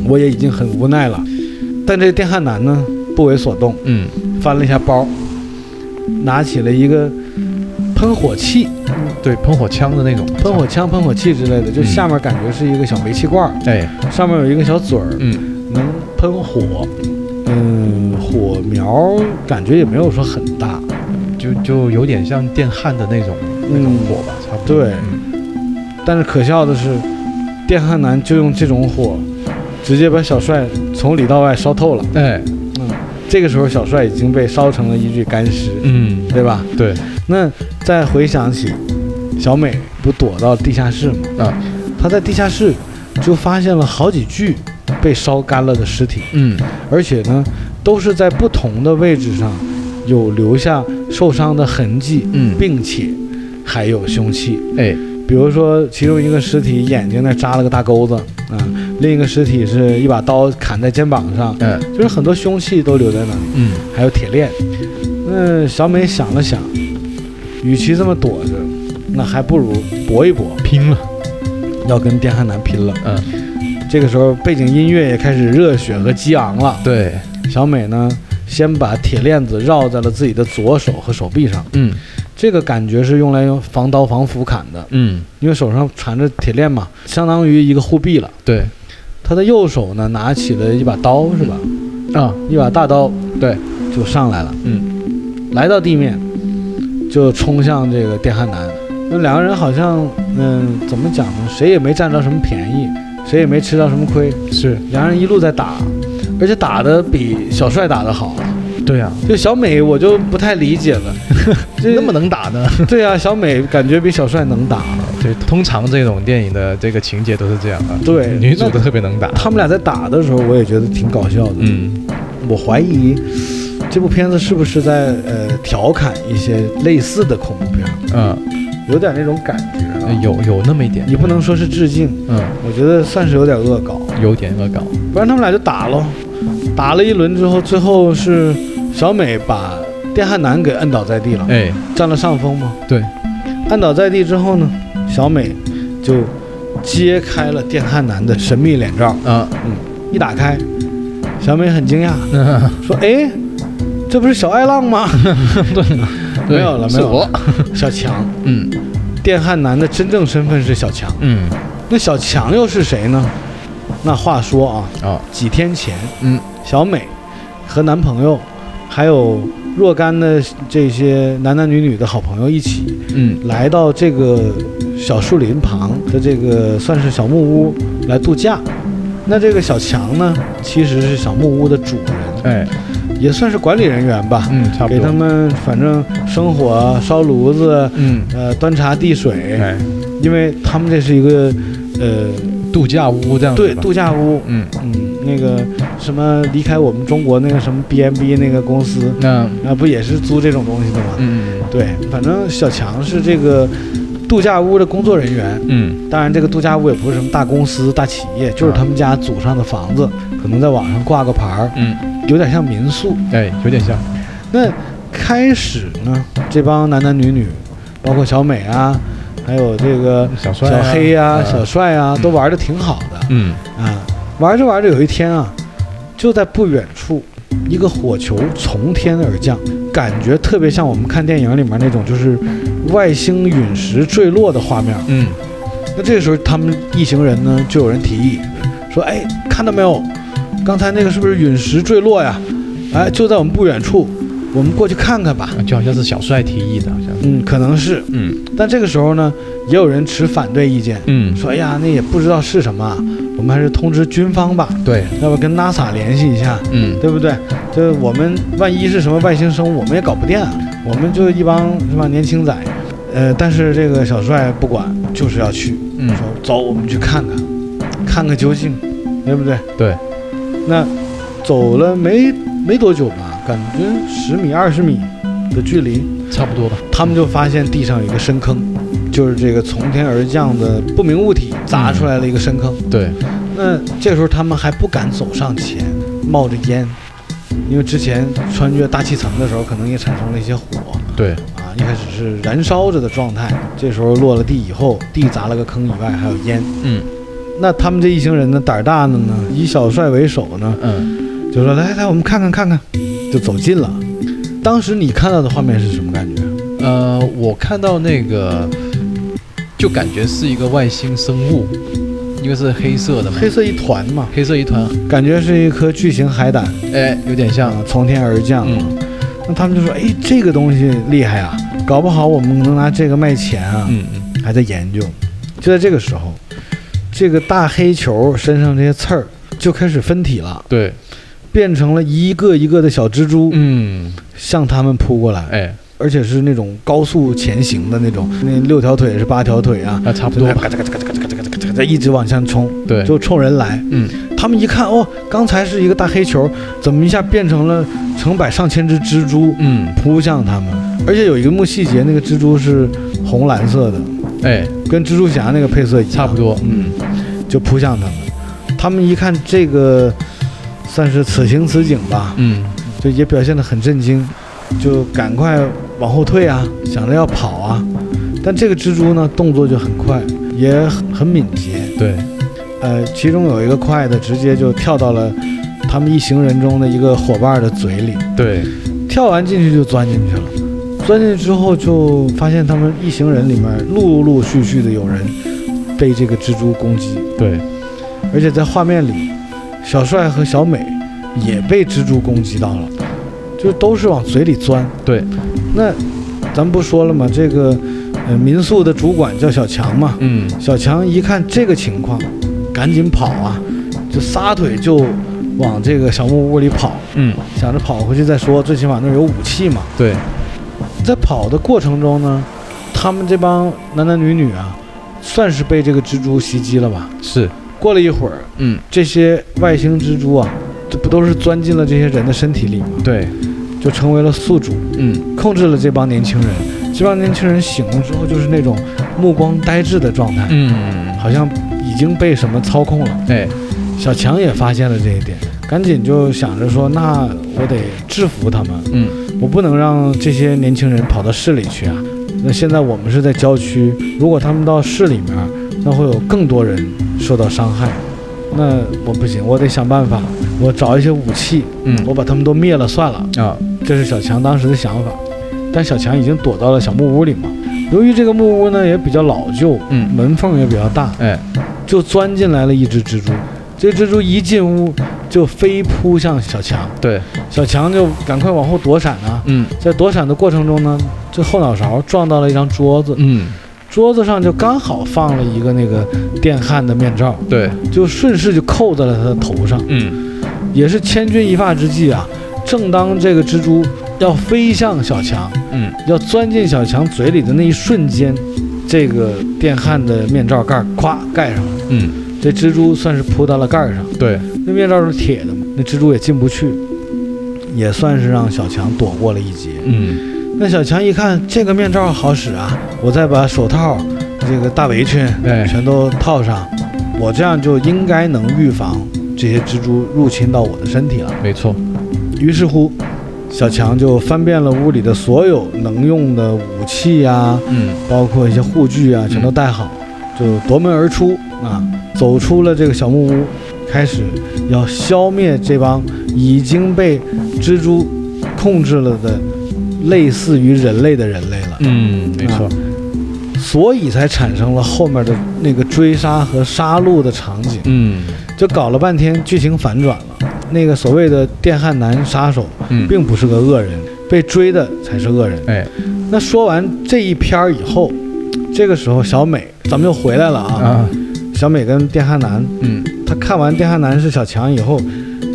我也已经很无奈了，但这电焊男呢不为所动，
嗯，
翻了一下包，拿起了一个喷火器、
对，喷火枪的那种，
喷火，枪、喷火器之类的，就
嗯
下面感觉是一个小煤气罐儿，
哎，
上面有一个小嘴儿，
嗯，
能喷火。嗯，火苗感觉也没有说很大，
就就有点像电焊的那种那种火吧，差不多，
对但是可笑的是，电焊男就用这种火，直接把小帅从里到外烧透了。
哎，
这个时候，小帅已经被烧成了一具干尸，
嗯，
对吧？
对，
那再回想起小美不躲到地下室吗？
啊，
她在地下室就发现了好几具被烧干了的尸体，
嗯，
而且呢，都是在不同的位置上有留下受伤的痕迹，
嗯，
并且还有凶器。
哎，
比如说，其中一个尸体眼睛那扎了个大钩子啊，另一个尸体是一把刀砍在肩膀上，
嗯，
就是很多凶器都留在那里。
嗯，
还有铁链。那小美想了想，与其这么躲着，那还不如搏一搏，
拼了，
要跟电焊男拼了。
嗯，
这个时候，背景音乐也开始热血和激昂了。
对，
小美呢，先把铁链子绕在了自己的左手和手臂上，
嗯，
这个感觉是用来用防刀防斧砍的，
嗯，
因为手上缠着铁链嘛，相当于一个护臂了。
对，
她的右手呢，拿起了一把刀，是吧？
啊，
一把大刀，
对，
就上来了。
嗯，
来到地面，就冲向这个电焊男。那两个人好像，嗯，怎么讲呢？谁也没占着什么便宜，谁也没吃到什么亏。
是，
两人一路在打，而且打的比小帅打的好。
对啊，
就小美，我就不太理解 了。这
那么能打呢？
对啊，小美感觉比小帅能打。
对，通常这种电影的这个情节都是这样的，
对
女主
那
都特别能打，
他们俩在打的时候，我也觉得挺搞笑的。
嗯，
我怀疑这部片子是不是在呃调侃一些类似的恐怖片儿，
嗯，
有点那种感觉、啊。
哎有有那么一点，
你不能说是致敬，
嗯，
我觉得算是有点恶搞，
有点恶搞，
不然他们俩就打喽，打了一轮之后，最后是小美把电焊男给摁倒在地了，
哎，
占了上风嘛。
对，
按倒在地之后呢，小美就揭开了电焊男的神秘脸罩，
啊，
一打开，小美很惊讶，说：“哎，这不是小爱浪吗？”没有了，没
是
有了
我。
小强，
嗯
电焊男的真正身份是小强，
嗯
那小强又是谁呢？那话说啊，
哦
几天前，
嗯
小美和男朋友，还有若干的这些男男女女的好朋友一起
嗯
来到这个小树林旁的这个算是小木屋来度假。那这个小强呢，其实是小木屋的主人，
哎
也算是管理人员吧，
嗯差不
给
多
他们反正生火、啊烧炉子，
嗯
呃，端茶递水，
哎
因为他们这是一个呃，
度假屋这样子
对，
啊吧
度假屋，
嗯
嗯，那个什么离开我们中国那个什么 B M B 那个公司
那
啊，不也是租这种东西的吗？
嗯
对，反正小强是这个度假屋的工作人员。
嗯
当然，这个度假屋也不是什么大公司、大企业，
啊
就是他们家祖上的房子，可能在网上挂个牌儿，
嗯
有点像民宿。
哎有点像
那开始呢，这帮男男女女，包括小美啊，还有这个
小帅
小
啊
黑呀、
啊
小帅啊，
嗯
都玩的挺好的。
嗯
啊，玩着玩着有一天啊，就在不远处，一个火球从天而降，感觉特别像我们看电影里面那种就是外星陨石坠落的画面。啊
嗯
那这个时候，他们一行人呢，就有人提议说：“哎，看到没有？刚才那个是不是陨石坠落呀？哎，就在我们不远处，我们过去看看吧。”
啊就好像是小帅提议的，好像
嗯，可能是。
嗯
但这个时候呢，也有人持反对意见，
嗯
说：“哎呀，那也不知道是什么啊，我们还是通知军方吧。”
对
要不跟 NASA 联系一下，
嗯
对不对？这我们万一是什么外星生物，我们也搞不定啊。我们就一帮是吧年轻仔，呃，但是这个小帅不管，就是要去，
嗯
说走，我们去看看，看个究竟，对不对？
对。
那走了没没多久吧，感觉十米二十米的距离，
差不多吧
他们就发现地上有一个深坑，就是这个从天而降的不明物体砸出来了一个深坑。
对
那这时候他们还不敢走上前，冒着烟，因为之前穿越大气层的时候，可能也产生了一些火
对
啊，一开始是燃烧着的状态，这时候落了地以后，地砸了个坑以外还有烟。
嗯
那他们这一行人呢，胆儿大的呢，以小帅为首呢，
嗯
就说来来，我们看看看看，就走近了。当时你看到的画面是什么感觉？
呃我看到那个就感觉是一个外星生物，因为是黑色的嘛，
黑色一团嘛，
黑色一团，
感觉是一颗巨型海胆
哎有点像
啊从天而降。
嗯
那他们就说：“哎，这个东西厉害啊，搞不好我们能拿这个卖钱啊。
嗯嗯
还在研究。就在这个时候，这个大黑球身上这些刺儿就开始分体了，
对
变成了一个一个的小蜘蛛，
嗯
向他们扑过来，
哎
而且是那种高速前行的那种，那六条腿是八条腿啊，
那差不
就
多
在
吧
嘎吱嘎吱嘎吱嘎吱嘎吱嘎吱嘎吱一直往下冲，
对
就冲人来。
嗯
他们一看，哦，刚才是一个大黑球，怎么一下变成了成百上千只蜘蛛？
嗯
扑向他们。而且有一个幕细节，那个蜘蛛是红蓝色的，
哎
跟蜘蛛侠那个配色一样，
差不多
嗯，就扑向他们。他们一看这个，算是此情此景吧，
嗯
就也表现得很震惊，就赶快往后退啊，想着要跑啊。但这个蜘蛛呢，动作就很快，也很很敏捷。
对
呃，其中有一个快的，直接就跳到了他们一行人中的一个伙伴的嘴里。
对
跳完进去就钻进去了，钻进去之后就发现他们一行人里面陆陆续续的有人被这个蜘蛛攻击，
对
而且在画面里，小帅和小美也被蜘蛛攻击到了，就都是往嘴里钻。
对，
那咱不说了吗？这个呃民宿的主管叫小强嘛，
嗯
小强一看这个情况，赶紧跑啊，就撒腿就往这个小木屋里跑，
嗯
想着跑回去再说，最起码那儿有武器嘛。
对
在跑的过程中呢，他们这帮男男女女啊，算是被这个蜘蛛袭击了吧？
是
过了一会儿，
嗯
这些外星蜘蛛啊，这不都是钻进了这些人的身体里吗？
对
就成为了宿主，
嗯
控制了这帮年轻人。这帮年轻人醒了之后，就是那种目光呆滞的状态，
嗯
好像已经被什么操控了。
哎
小强也发现了这一点，赶紧就想着说，那我得制服他们。
嗯
我不能让这些年轻人跑到市里去啊。那现在我们是在郊区，如果他们到市里面，啊那会有更多人受到伤害。那我不行，我得想办法我找一些武器，
嗯
我把他们都灭了算了。
啊
这是小强当时的想法，但小强已经躲到了小木屋里嘛。由于这个木屋呢也比较老旧，
嗯，
门缝也比较大，
哎
就钻进来了一只蜘蛛。这蜘蛛一进屋就飞扑向小强，
对，
小强就赶快往后躲闪啊。
嗯
在躲闪的过程中呢，这后脑勺撞到了一张桌子，
嗯
桌子上就刚好放了一个那个电焊的面罩，
对，
就顺势就扣在了他的头上。
嗯
也是千钧一发之际啊，正当这个蜘蛛要飞向小强，
嗯
要钻进小强嘴里的那一瞬间，这个电焊的面罩盖儿咵盖上了，
嗯
这蜘蛛算是扑到了盖儿上。
对，
那面罩是铁的嘛，那蜘蛛也进不去，也算是让小强躲过了一劫。
嗯
那小强一看这个面罩好使啊，我再把手套、这个大围裙
哎
全都套上，我这样就应该能预防这些蜘蛛入侵到我的身体了。
没错，
于是乎，小强就翻遍了屋里的所有能用的武器啊呀、
嗯
包括一些护具啊，全都带好，就夺门而出啊，
嗯
走出了这个小木屋，开始要消灭这帮已经被蜘蛛控制了的类似于人类的人类了，啊
嗯没错，
所以才产生了后面的那个追杀和杀戮的场景。
嗯
就搞了半天，剧情反转了，那个所谓的电焊男杀手
嗯，
并不是个恶人，被追的才是恶人。
哎
那说完这一篇儿以后，这个时候小美咱们又回来了啊。
啊
小美跟电焊男，
嗯
她看完电焊男是小强以后，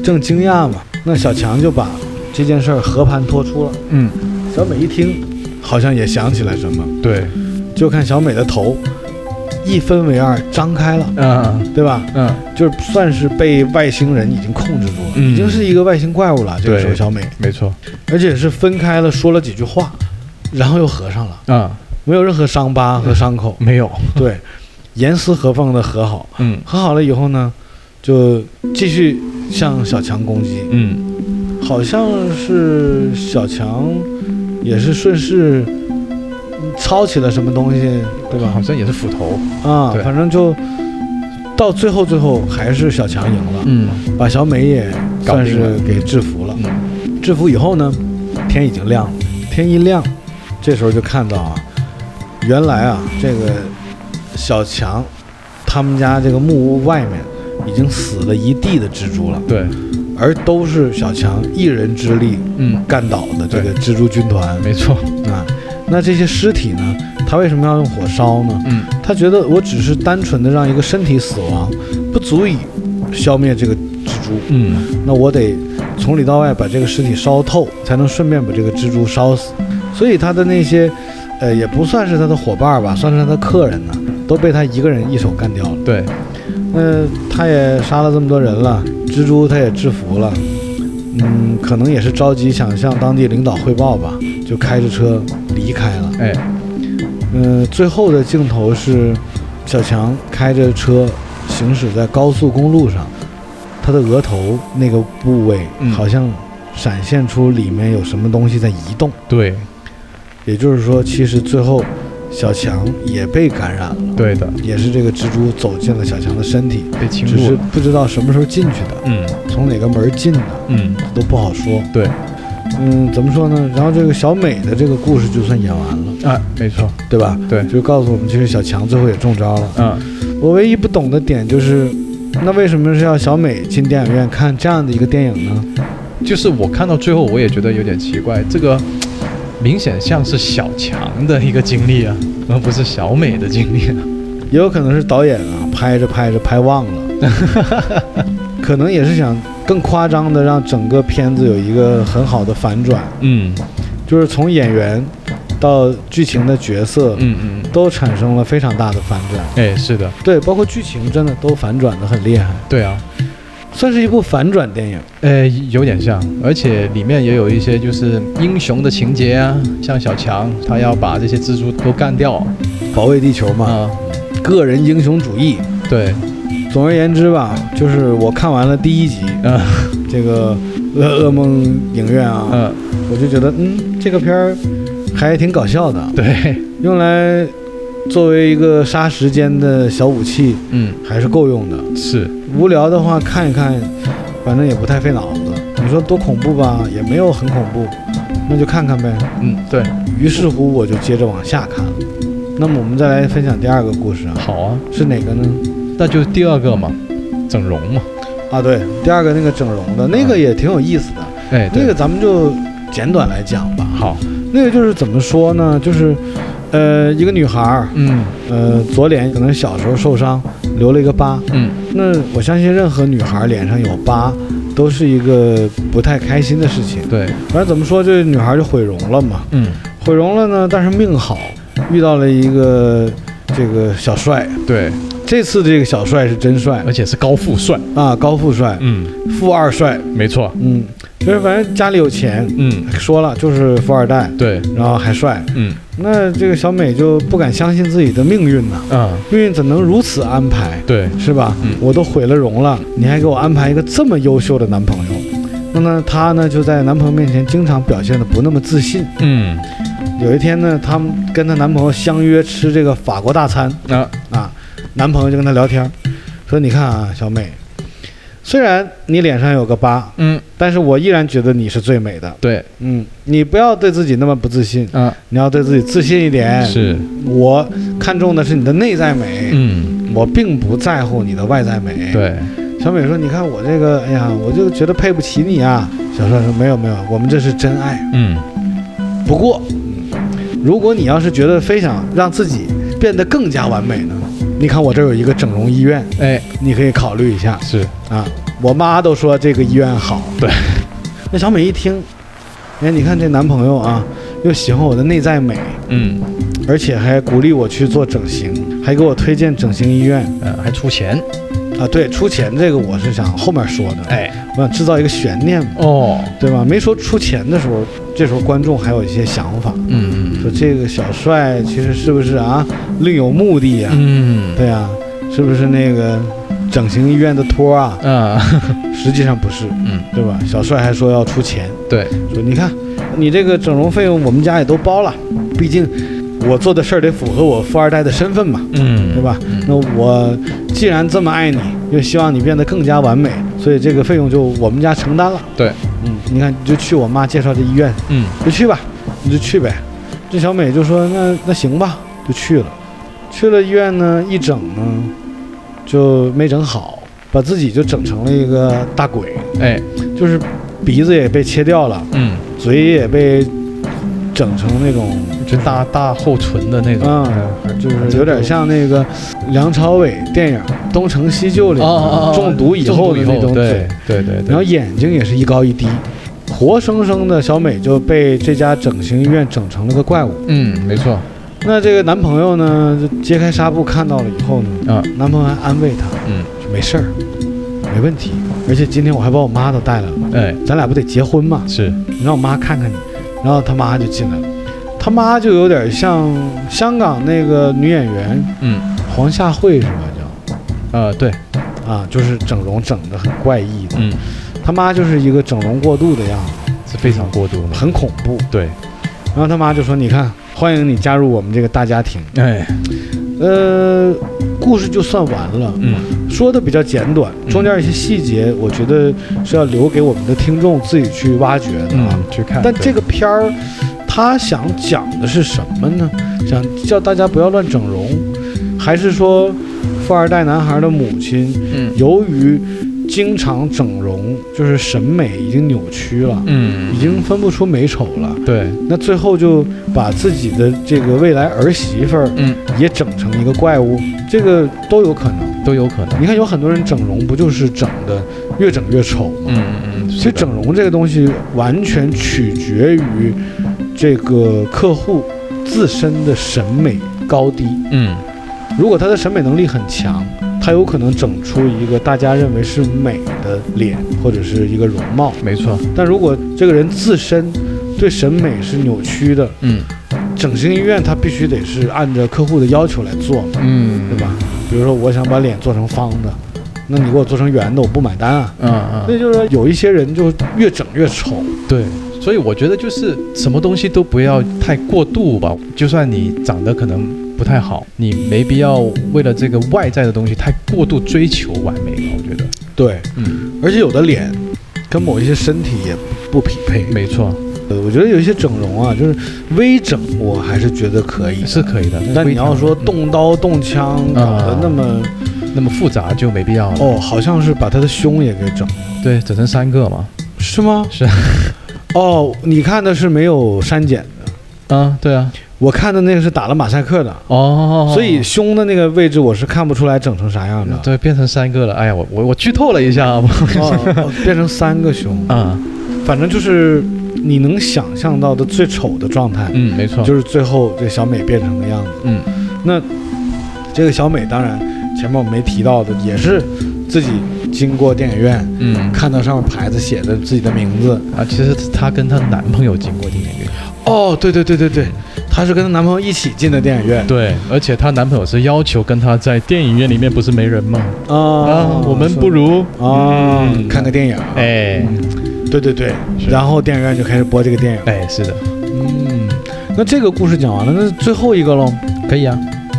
正惊讶嘛，那小强就把这件事儿和盘托出了。
嗯
小美一听，好像也想起来什么，
对
就看小美的头一分为二张开了，
啊
对吧？
嗯
就算是被外星人已经控制住了，
嗯
已经是一个外星怪物了。这个时候
对
小美，
没错
而且是分开了说了几句话，然后又合上了。
啊
没有任何伤疤和伤口，
没有，
对，严丝合缝的和好。
嗯
和好了以后呢，就继续向小强攻击，
嗯
好像是小强也是顺势抄起了什么东西，对
好
吧？
像也是斧头，
啊，
嗯对
反正就到最后，最后还是小强赢了，
嗯
把小美也
搞
算
定
是
了
给制服了。
嗯
制服以后呢，天已经亮了。天一亮，这时候就看到啊，原来啊，这个小强他们家这个木屋外面已经死了一地的蜘蛛了，
对，
而都是小强一人之力
嗯
干倒的这个蜘蛛军团
没错，
啊。那这些尸体呢？他为什么要用火烧呢？
嗯
他觉得我只是单纯的让一个身体死亡，不足以消灭这个蜘蛛。
嗯
那我得从里到外把这个尸体烧透，才能顺便把这个蜘蛛烧死。所以他的那些，呃，也不算是他的伙伴吧，算是他的客人呢、都被他一个人一手干掉了。
对，
那、他也杀了这么多人了，蜘蛛他也制服了，嗯，可能也是着急想向当地领导汇报吧，就开着车离开了。
哎
嗯、最后的镜头是小强开着车行驶在高速公路上，他的额头那个部位
嗯
好像闪现出里面有什么东西在移动，
对
也就是说，其实最后小强也被感染了，
对的，
也是这个蜘蛛走进了小强的身体，
被侵
只
入
是
了，
不知道什么时候进去的，
嗯
从哪个门进的
嗯
都不好说。
对
嗯，怎么说呢？然后这个小美的这个故事就算演完了，
啊没错，
对吧？
对，
就告诉我们，其实小强最后也中招了。
嗯
我唯一不懂的点就是，那为什么是要小美进电影院看这样的一个电影呢？
就是我看到最后，我也觉得有点奇怪，这个明显像是小强的一个经历啊，而不是小美的经历、啊。
也有可能是导演啊，拍着拍着拍忘了，可能也是想更夸张的让整个片子有一个很好的反转，
嗯
就是从演员到剧情的角色
嗯嗯，
都产生了非常大的反转。
哎，是的，
对，包括剧情真的都反转的很厉害，
对啊，
算是一部反转电影。
呃，有点像，而且里面也有一些就是英雄的情节啊，像小强他要把这些蜘蛛都干掉啊、
保卫地球嘛，个人英雄主义。
对，
总而言之吧，就是我看完了第一集，
嗯、
这个噩噩梦影院啊，
嗯、
我就觉得，嗯，这个片儿还挺搞笑的，
对，
用来作为一个杀时间的小武器
嗯
还是够用的。
是，
无聊的话看一看，反正也不太费脑子。你说多恐怖吧，也没有很恐怖，那就看看呗。
嗯，对，
于是乎，我就接着往下看。那么我们再来分享第二个故事啊，
好啊，
是哪个呢？
那就第二个嘛，整容嘛，
啊，对，第二个那个整容的那个也挺有意思的，
哎，对
那个咱们就简短来讲吧。
好，
那个就是怎么说呢？就是，呃，一个女孩儿，
嗯
呃，左脸可能小时候受伤留了一个疤，
嗯，
那我相信任何女孩脸上有疤，都是一个不太开心的事情。
对，
反正怎么说，这女孩就毁容了嘛，
嗯
毁容了呢，但是命好，遇到了一个这个小帅。
对，
这次这个小帅是真帅
而且是高富帅，
啊，高富帅，
嗯，
富二帅，
没错，
嗯，就是反正家里有钱，
嗯，
说了就是富二代，
对，
然后还帅。
嗯
那这个小美就不敢相信自己的命运呐、
啊，
命运怎能如此安排？
对，
是吧？
嗯
我都毁了容了，你还给我安排一个这么优秀的男朋友。那么她呢，就在男朋友面前经常表现的不那么自信。
嗯
有一天呢，她们跟她男朋友相约吃这个法国大餐
啊，
啊，男朋友就跟她聊天，说：“你看啊，小美，虽然你脸上有个疤，
嗯，
但是我依然觉得你是最美的。
对
嗯，你不要对自己那么不自信，
啊，
你要对自己自信一点。
是，
我看重的是你的内在美，
嗯，
我并不在乎你的外在美。”
对，
小美说：“你看我这个，哎呀，我就觉得配不起你啊。”小帅说：“没有没有，我们这是真爱。
嗯
不过，嗯如果你要是觉得非想让自己变得更加完美呢，你看我这儿有一个整容医院，
哎，
你可以考虑一下
是，
啊。我妈都说这个医院好。
对，
那小美一听，哎，你看这男朋友啊，又喜欢我的内在美，
嗯，
而且还鼓励我去做整形，还给我推荐整形医院
呃，还出钱，
啊。对，出钱这个我是想后面说的，
哎，
我想制造一个悬念嘛。”
哦，
对吧？没说出钱的时候，这时候观众还有一些想法，
嗯
说这个小帅其实是不是啊，另有目的呀、
嗯
对呀、是不是那个整形医院的托啊？
嗯啊，
实际上不是，
嗯，
对吧？小帅还说要出钱，
对，
说你看你这个整容费用我们家也都包了，毕竟我做的事儿得符合我富二代的身份嘛，
嗯
对吧？那
嗯
我既然这么爱你，又希望你变得更加完美，所以这个费用就我们家承担了。
对，
嗯，你看你就去我妈介绍的医院。
嗯
就去吧，你就去呗。这小美就说那那行吧，就去了。去了医院呢，一整呢就没整好，把自己就整成了一个大鬼，
哎，
就是鼻子也被切掉了，
嗯，
嘴也被整成那种，
就大大厚唇的那种，
嗯，
啊
就是有点像那个梁朝伟电影《东成西就》里
哦哦哦，
中毒以后的
中毒
那种嘴
对，对对对，
然后眼睛也是一高一低。活生生的小美就被这家整形医院整成了个怪物，
嗯，没错，
那这个男朋友呢，就揭开纱布看到了以后呢，
啊，
男朋友还安慰她，
嗯，
说没事儿，没问题，而且今天我还把我妈都带来了，
哎，
咱俩不得结婚嘛，
是，
你让我妈看看你，然后他妈就进来了，他妈就有点像香港那个女演员
嗯，
黄夏慧是吧
呃，对，
叫啊，就是整容整得很怪异的，
嗯，
他妈就是一个整容过度的样子，
是非常过度的，
很恐怖。
对，
然后他妈就说：“你看，欢迎你加入我们这个大家庭。
哎，”
呃，故事就算完了。
嗯，
说的比较简短，
嗯
中间一些细节，我觉得是要留给我们的听众自己去挖掘的啊。
嗯，去看，
但
对
这个片儿，他想讲的是什么呢？想叫大家不要乱整容，还是说，富二代男孩的母亲
嗯
由于经常整容，就是审美已经扭曲了，已
嗯，
经分不出美丑了。
对，
那最后就把自己的这个未来儿媳妇儿
嗯，
也整成一个怪物，这个都有可能。
都有可能，
你看，有很多人整容不就是整的越整越丑吗？
嗯嗯嗯，
其实整容这个东西完全取决于这个客户自身的审美高低。
嗯，
如果他的审美能力很强，他有可能整出一个大家认为是美的脸或者是一个容貌。
没错，
但如果这个人自身对审美是扭曲的，
嗯
整形医院他必须得是按照客户的要求来做嘛，
嗯，
对吧？？比如说，我想把脸做成方的，那你给我做成圆的，我不买单啊。
嗯嗯，
那就是说有一些人就越整越丑，
对，所以我觉得就是什么东西都不要太过度吧。就算你长得可能不太好，你没必要为了这个外在的东西太过度追求完美吧。我觉得，
对，
嗯，
而且有的脸跟某一些身体也不匹配。
没错，
呃，我觉得有一些整容啊，就是微整，我还是觉得可以的。
是可以的。
嗯但你要说
嗯啊
动刀动枪搞得那么，
那么复杂就没必要了。
哦，好像是把他的胸也给整了，
对，整成三个嘛。
是吗？
是。
哦，你看的是没有删减的，
啊，对啊。
我看的那个是打了马赛克的，
哦，
所以胸的那个位置我是看不出来整成啥样的。
对变成三个了。哎呀，我我我剧透了一下啊。
哦，哦变成三个胸，
啊，
反正就是你能想象到的最丑的状态，
嗯，没错。
就是最后这小美变成的样子。
嗯，
那这个小美当然前面我没提到的，也是自己经过电影院
嗯
看到上面牌子写的自己的名字。
啊，其实她跟她男朋友经过电影院。
哦，对对对对对，她是跟她男朋友一起进的电影院。
对，而且她男朋友是要求跟她在电影院里面不是没人吗？
啊，
啊，我们不如
啊
嗯
看个电影。
哎
对对对，
是
然后电影院就开始播这个电影。
哎，是的，
嗯，那这个故事讲完了，那最后一个喽。
可以啊。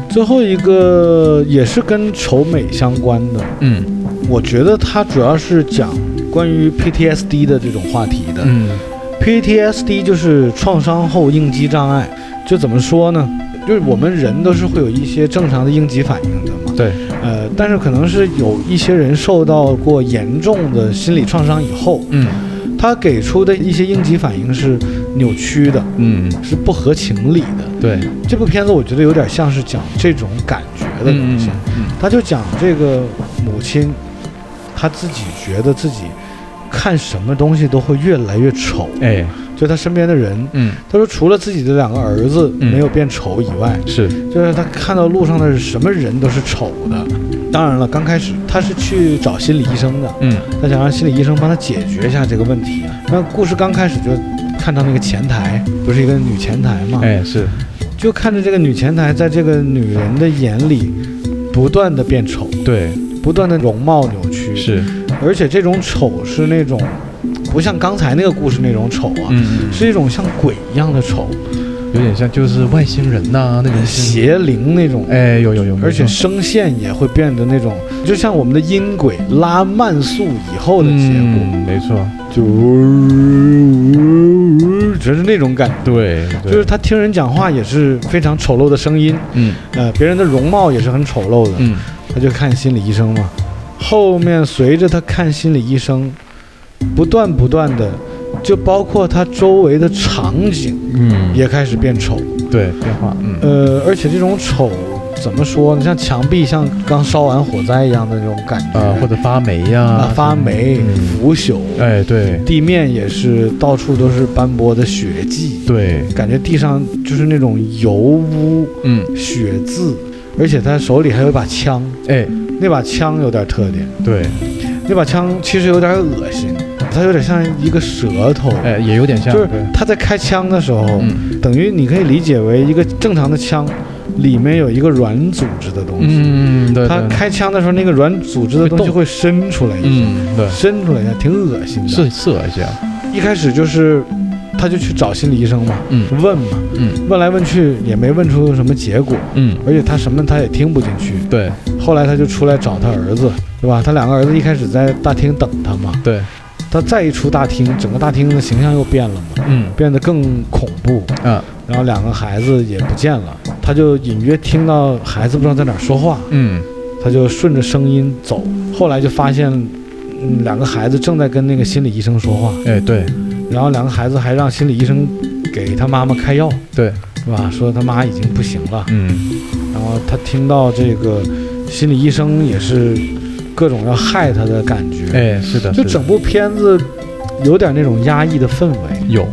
最后一个也是跟丑美相关的，
嗯
我觉得它主要是讲关于 PTSD 的这种话题的。
嗯
PTSD 就是创伤后应激障碍，就怎么说呢？就是我们人都是会有一些正常的应激反应的嘛，
对，
呃，但是可能是有一些人受到过严重的心理创伤以后，
嗯
他给出的一些应激反应是扭曲的，
嗯，
是不合情理的。
对，
这部片子我觉得有点像是讲这种感觉的东
嗯
西，他就讲这个母亲，她自己觉得自己看什么东西都会越来越丑，
哎，
就她身边的人，
嗯，
她说除了自己的两个儿子
嗯
没有变丑以外，
是，
就是她看到路上的什么人都是丑的。当然了，刚开始她是去找心理医生的，
嗯
她想让心理医生帮她解决一下这个问题。啊那故事刚开始就看到那个前台，不是一个女前台嘛，
哎是，
就看着这个女前台在这个女人的眼里不断的变丑，
对，
不断的容貌扭曲，，
是，
而且这种丑是那种不像刚才那个故事那种丑啊，
嗯，
是一种像鬼一样的丑，
有点像就是外星人呐那种，
邪灵那种，
哎有有有，
而且声线也会变得那种，就像我们的音轨拉慢速以后的结果，
嗯没错，
就就是那种感觉。
对，
就是他听人讲话也是非常丑陋的声音，
嗯
呃，别人的容貌也是很丑陋的，
嗯
他就看心理医生嘛。后面随着他看心理医生，不断不断的，就包括他周围的场景
嗯
也开始变丑。
对变化，嗯
呃，而且这种丑怎么说呢？像墙壁像刚烧完火灾一样的那种感觉，
啊或者发霉
啊
呀，
发霉、
嗯
腐朽，
哎对
地面也是到处都是斑驳的血迹，
对，
感觉地上就是那种油污、
嗯
血渍，而且他手里还有一把枪，
哎
那把枪有点特点。
对，
那把枪其实有点恶心，它有点像一个舌头，
哎也有点像，
就是他在开枪的时候，
嗯
等于你可以理解为一个正常的枪里面有一个软组织的东西，
嗯对
他开枪的时候那个软组织的东西
会动
会伸出来一下，
嗯对
伸出来一下，挺恶心的。
是是而且
一开始就是，他就去找心理医生嘛，
嗯
问嘛，
嗯
问来问去也没问出什么结果，
嗯
而且他什么他也听不进去。
对
后来他就出来找他儿子，对吧？他两个儿子一开始在大厅等他嘛，
对
他再一出大厅，整个大厅的形象又变了嘛，
嗯
变得更恐怖。
啊
然后两个孩子也不见了，他就隐约听到孩子不知道在哪儿说话，
嗯
他就顺着声音走。后来就发现，嗯，两个孩子正在跟那个心理医生说话，
哎对
然后两个孩子还让心理医生给他妈妈开药，
对
是吧？说他妈已经不行了。
嗯
然后他听到这个心理医生也是各种要害他的感觉，
哎是的，
就整部片子有点那种压抑的氛围。
有，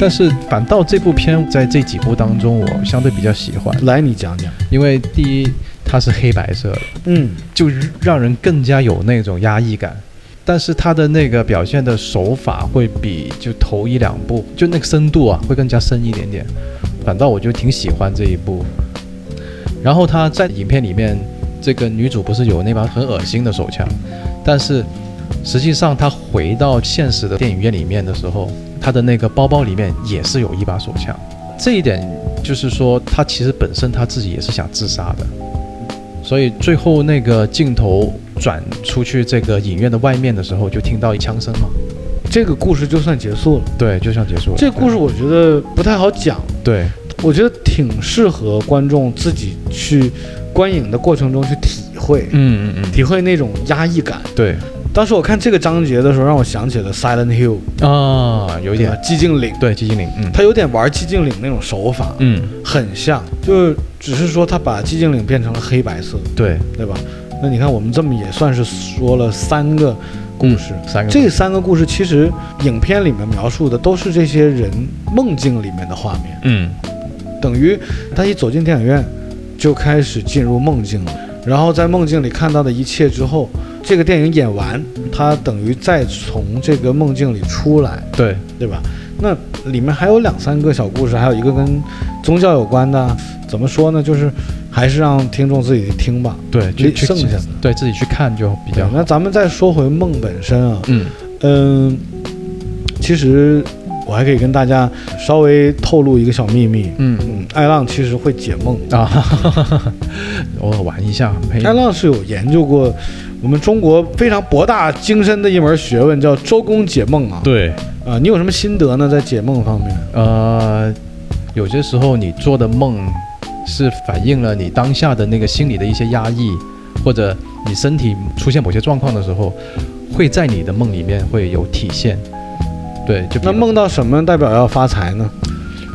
但是反倒这部片在这几部当中，我相对比较喜欢，
来，你讲讲。
因为第一它是黑白色的，
嗯，
就让人更加有那种压抑感。但是它的那个表现的手法会比就头一两部就那个深度啊会更加深一点点，反倒我就挺喜欢这一部。然后他在影片里面，这个女主不是有那把很恶心的手枪，但是实际上她回到现实的电影院里面的时候，她的那个包包里面也是有一把手枪。这一点就是说，她其实本身她自己也是想自杀的，所以最后那个镜头转出去这个影院的外面的时候，就听到一枪声嘛。
这个故事就算结束了。
对，就像结束了。
这故事我觉得不太好讲，
对
我觉得挺适合观众自己去观影的过程中去体会，
嗯嗯嗯，
体会那种压抑感。
对
当时我看这个章节的时候，让我想起了《Silent Hill》，
啊，有一
对吧
点？
寂静岭，
对寂静岭，嗯
它有点玩寂静岭那种手法，
嗯，
很像，就是只是说它把寂静岭变成了黑白色，
对，
对吧？那你看，我们这么也算是说了三个故事。
三个
这三个故事其实影片里面描述的都是这些人梦境里面的画面，
嗯
等于他一走进电影院就开始进入梦境了。然后在梦境里看到的一切之后，这个电影演完，他等于再从这个梦境里出来，
对
对吧？那里面还有两三个小故事，还有一个跟宗教有关的，怎么说呢？就是还是让听众自己听吧。
对，
离
去去
剩下的
对自己去看就比
对
较，好。
那咱们再说回梦本身啊，
嗯
嗯，其实我还可以跟大家稍微透露一个小秘密，
嗯
嗯，艾浪其实会解梦，
啊， 哈哈哈偶尔玩一下，没
艾浪是有研究过我们中国非常博大精深的一门学问，叫周公解梦啊。
对，
啊、你有什么心得呢？在解梦方面？
呃，有些时候你做的梦是反映了你当下的那个心理的一些压抑，或者你身体出现某些状况的时候，会在你的梦里面会有体现。对，就比
那
方
梦到什么代表要发财呢？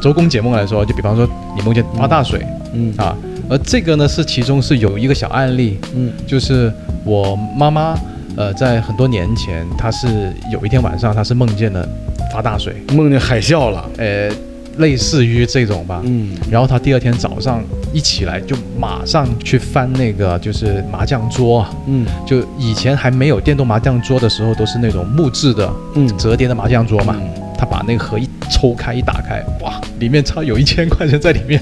周公解梦来说，就比方说你梦见发大水、
嗯
啊，而这个呢是其中是有一个小案例，
嗯
就是我妈妈，呃，在很多年前，她是有一天晚上她是梦见了发大水，
梦见海啸了。
呃，类似于这种吧，
嗯
然后他第二天早上一起来就马上去翻那个就是麻将桌啊，
嗯
就以前还没有电动麻将桌的时候，都是那种木质的
嗯，
折叠的麻将桌嘛。
嗯
他把那个盒一抽开一打开，哇，里面超有一千块钱在里面，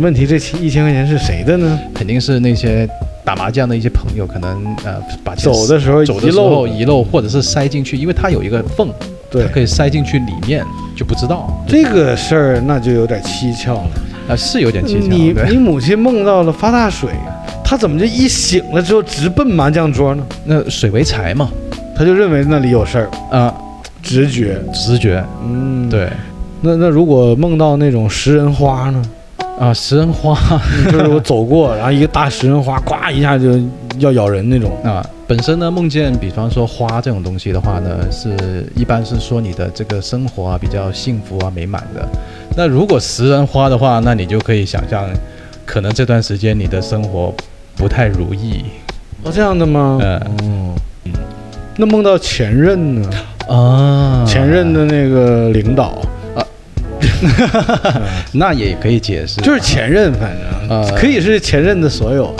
问题这一千块钱是谁的呢？
肯定是那些打麻将的一些朋友，可能呃把钱
走的时候
走的
遗
时候
漏，
遗漏，或者是塞进去，因为它有一个缝，它
对，
可以塞进去里面就不知道，
这个事儿那就有点蹊跷了。
啊是有点蹊跷，
你
对
你母亲梦到了发大水，她怎么就一醒了之后直奔麻将桌呢？
那水为财嘛，
她就认为那里有事儿，
啊、
直觉。
直觉，
嗯，。
对。
那那如果梦到那种食人花 呢？
啊，食人花
就是我走过，然后一个大食人花，咵一下就要咬人那种。
啊，本身呢，梦见比方说花这种东西的话呢，是一般是说你的这个生活啊比较幸福啊美满的。那如果食人花的话，那你就可以想象，可能这段时间你的生活不太如意。
哦，这样的吗？
嗯
哦，那梦到前任呢？
啊
前任的那个领导，
那也可以解释，
就是前任，反正
呃
可以是前任的所有。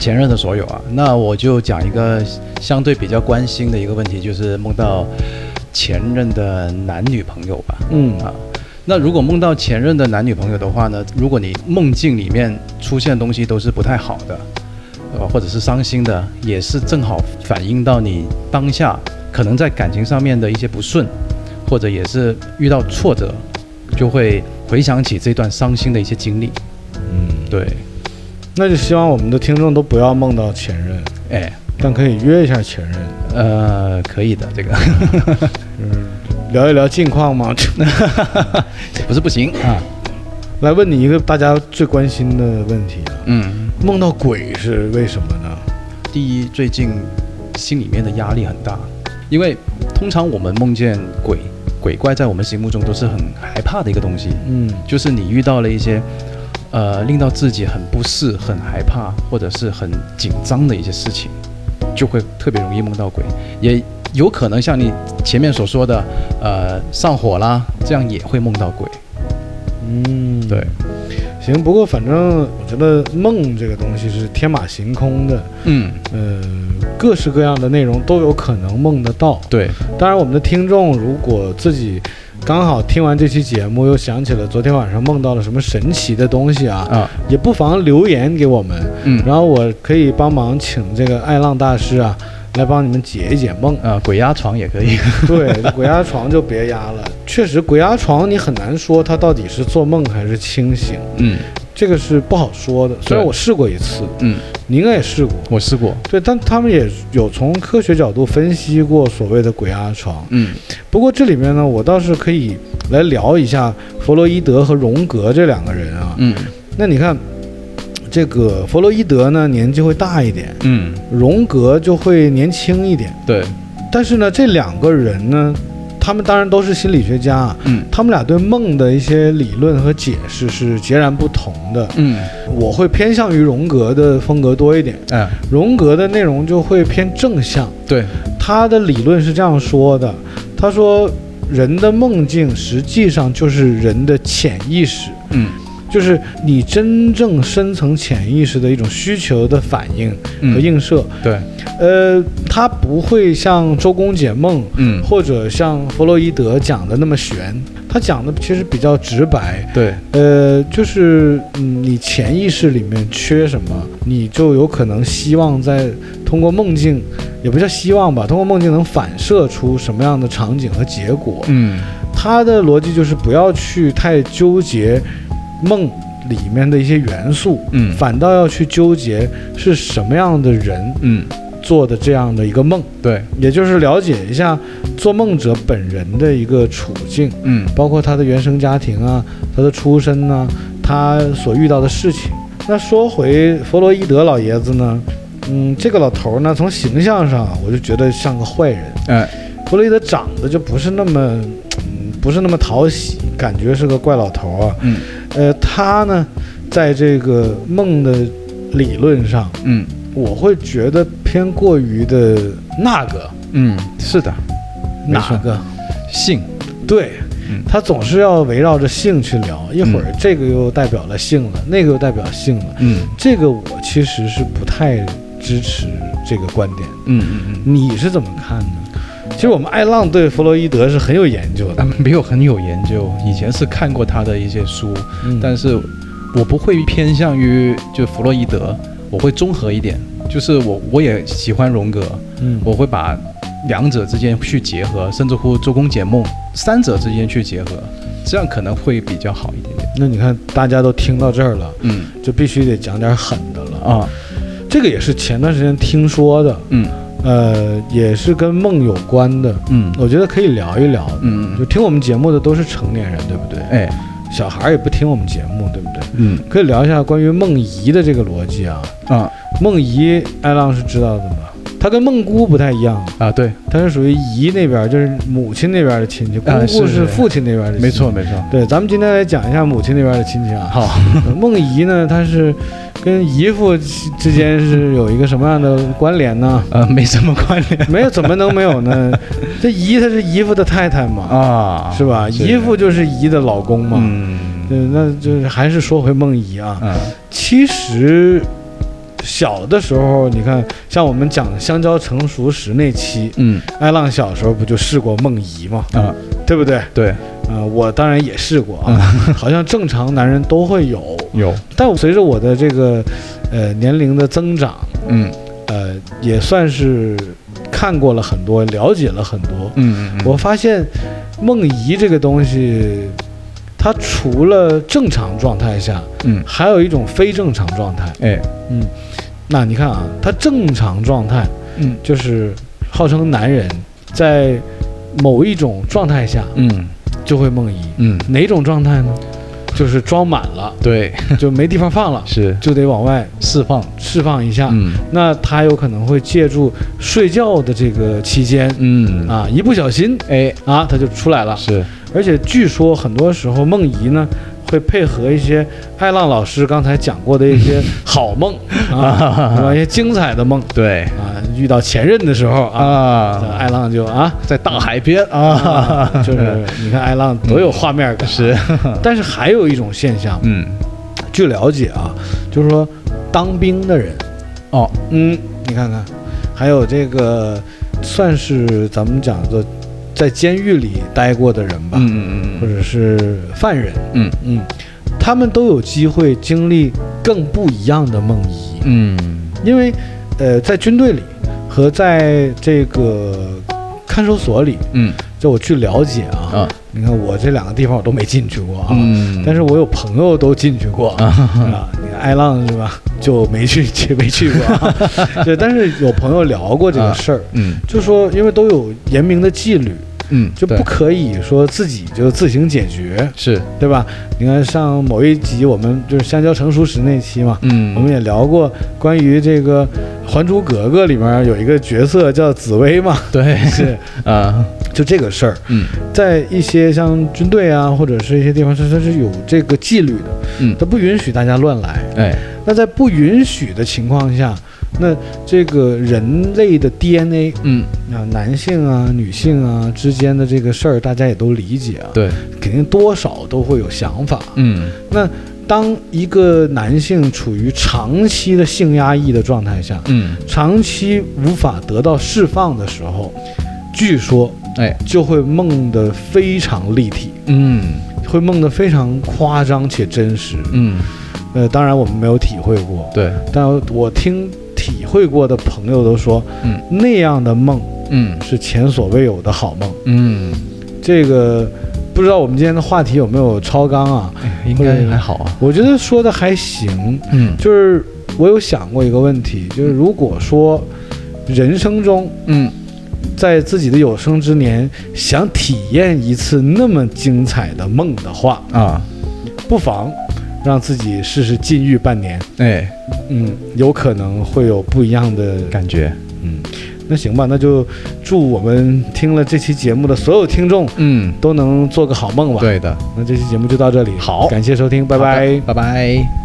前任的所有啊。那我就讲一个相对比较关心的一个问题，就是梦到前任的男女朋友吧。
嗯
啊。那如果梦到前任的男女朋友的话呢？如果你梦境里面出现的东西都是不太好的，呃，或者是伤心的，也是正好反映到你当下可能在感情上面的一些不顺，或者也是遇到挫折，就会回想起这段伤心的一些经历。
嗯，
对，
那就希望我们的听众都不要梦到前任，
哎，
但可以约一下前任，
呃，可以的，这个
嗯，聊一聊近况嘛。
也不是不行啊。
来问你一个大家最关心的问题啊，
嗯，
梦到鬼是为什么呢？
第一，最近心里面的压力很大，因为通常我们梦见鬼鬼怪，在我们心目中都是很害怕的一个东西，
嗯
就是你遇到了一些呃令到自己很不适、很害怕或者是很紧张的一些事情，就会特别容易梦到鬼，也有可能像你前面所说的，呃，上火啦，这样也会梦到鬼。
嗯，
对，
行。不过反正我觉得梦这个东西是天马行空的，
嗯，
呃，各式各样的内容都有可能梦得到。
对，
当然，我们的听众如果自己刚好听完这期节目，又想起了昨天晚上梦到了什么神奇的东西啊，
啊，
也不妨留言给我们，
嗯，。
然后我可以帮忙请这个爱浪大师啊来帮你们解一解梦
啊，鬼压床也可以。
对，鬼压床就别压了。确实，鬼压床你很难说他到底是做梦还是清醒，
嗯
这个是不好说的。虽然我试过一次，
嗯
你应该也试过。
我试过，
对，但他们也有从科学角度分析过所谓的鬼压床。
嗯
不过这里面呢，我倒是可以来聊一下弗洛伊德和荣格这两个人啊。
嗯
那你看，这个弗洛伊德呢年纪会大一点，
嗯，
荣格就会年轻一点。
对，
但是呢，这两个人呢，他们当然都是心理学家啊，
嗯
他们俩对梦的一些理论和解释是截然不同的。
嗯
我会偏向于荣格的风格多一点，
啊，
荣格的内容就会偏正向。
对，
他的理论是这样说的，他说人的梦境实际上就是人的潜意识，
嗯
就是你真正深层潜意识的一种需求的反应和
嗯
映射。
对，
呃，他不会像周公解梦。
嗯
或者像弗洛伊德讲的那么玄，他讲的其实比较直白，
对，
呃，就是嗯，你潜意识里面缺什么，你就有可能希望在通过梦境，也不叫希望吧，通过梦境能反射出什么样的场景和结果。
嗯
他的逻辑就是不要去太纠结梦里面的一些元素，
嗯
反倒要去纠结是什么样的人
嗯
做的这样的一个梦，
对，
也就是了解一下做梦者本人的一个处境。
嗯
包括他的原生家庭啊，他的出身呐、他所遇到的事情。那说回弗洛伊德老爷子呢，嗯，这个老头儿呢，从形象上啊我就觉得像个坏人。
哎
弗洛伊德长得就不是那么，嗯，不是那么讨喜，感觉是个怪老头儿啊。
嗯
呃，他呢，在这个梦的理论上，
嗯
我会觉得偏过于的那个
嗯，是的，没
哪
错
个
性，
对
嗯，
他总是要围绕着性去聊，一会儿
嗯
这个又代表了性了，那个又代表性了。
嗯
这个我其实是不太支持这个观点，
嗯嗯
你是怎么看呢？其实我们艾浪对弗洛伊德是很有研究的，
嗯，没有很有研究，以前是看过他的一些书，
嗯
但是我不会偏向于就弗洛伊德，我会综合一点，就是我我也喜欢荣格，
嗯，
我会把两者之间去结合，甚至乎周公解梦，三者之间去结合，这样可能会比较好一点点。
那你看大家都听到这儿了，
嗯
就必须得讲点狠的了啊。
啊
这个也是前段时间听说的，
嗯
呃，也是跟梦有关的，
嗯
我觉得可以聊一聊。
嗯
就
嗯，
听我们节目的都是成年人，对不对？
哎
小孩儿也不听我们节目，对不对？
嗯
可以聊一下关于梦遗的这个逻辑啊。
啊
梦遗，艾浪是知道的吗？他跟梦姑不太一样，
啊对，
他是属于姨那边，就是母亲那边的亲戚，姑
啊
姑
是
是
是
父亲那边的亲戚。
没错。没错。
对，咱们今天来讲一下母亲那边的亲戚 啊。
好，
梦遗呢，他是跟姨父之间是有一个什么样的关联 呢？
呃，没什么关联
没有，怎么能没有呢？这姨她是姨父的太太嘛，
啊
是吧？姨父就是姨的老公嘛。
嗯
对，那就是还是说回梦遗啊。
嗯
其实小的时候，你看，像我们讲的香蕉成熟时那期，
嗯
艾浪小时候不就试过梦遗嘛，
啊
对不对？
对
呃，我当然也试过啊，好像正常男人都会有。
有
但随着我的这个呃年龄的增长，
嗯
呃，也算是看过了很多，了解了很多。
嗯嗯
我发现梦遗这个东西，它除了正常状态下，
嗯
还有一种非正常状态。
哎
嗯那你看啊，他正常状态
嗯
就是号称男人在某一种状态下
嗯
就会梦遗，
嗯
哪种状态呢？就是装满 了，
对
就没地方放了，
是
就得往外
释放
释放一下。
嗯
那他有可能会借助睡觉的这个期间
嗯
啊，一不小心
哎
啊，他就出来了。
是
而且据说很多时候梦遗呢。会配合一些艾浪老师刚才讲过的一 些好梦啊，是吧一些精彩的梦，
对
啊，遇到前任的时候啊，
啊
艾浪就啊，
在大海边啊，
啊就是你看艾浪多有画面感。
是，
但是还有一种现象，
嗯，
据了解啊，就是说当兵的人，
哦，
嗯，你看看，还有这个算是咱们讲的在监狱里待过的人吧，
嗯
或
嗯
者是犯人，
嗯
嗯，他们都有机会经历更不一样的梦遗。
嗯嗯，
因为呃，在军队里和在这个看守所里，
嗯
就我去了解啊，
啊，
你看我这两个地方我都没进去过啊，
嗯，
但是我有朋友都进去过啊。你看艾浪是吧？就没去，去没去过、 啊。对，但是有朋友聊过这个事儿，
嗯
就说因为都有严明的纪律，
嗯，
就
对
不可以说自己就自行解决，
是，
对吧？你看上某一集我们就是香蕉成熟时那期嘛，
嗯，
我们也聊过关于这个《还珠格格》里面有一个角色叫紫薇嘛，
对
是
啊，
就这个事儿，
嗯
在一些像军队啊或者是一些地方，它它是有这个纪律的，
嗯，
它不允许大家乱来。
哎，
那在不允许的情况下，那这个人类的 DNA
嗯，
啊，男性啊、女性啊之间的这个事儿，大家也都理解啊，
对，
肯定多少都会有想法。
嗯
那当一个男性处于长期的性压抑的状态下，
嗯，
长期无法得到释放的时候，据说
哎，
就会梦得非常立体，
嗯
会梦得非常夸张且真实。
嗯，
呃，当然我们没有体会过，
对，
但我听体会过的朋友都说，
嗯
那样的梦
嗯
是前所未有的好梦。
嗯，
这个不知道我们今天的话题有没有超纲啊？
哎应该还好啊，
我觉得说的还行，
嗯
就是我有想过一个问题，就是如果说人生中
嗯
在自己的有生之年想体验一次那么精彩的梦的话，
啊，
不妨让自己试试禁欲半年，
哎，
嗯，有可能会有不一样的感。
感觉，
嗯，那行吧，那就祝我们听了这期节目的所有听众
嗯，
都能做个好梦吧。，
对的，
那这期节目就到这里，
好
感谢收听，拜
拜
拜
拜。拜拜。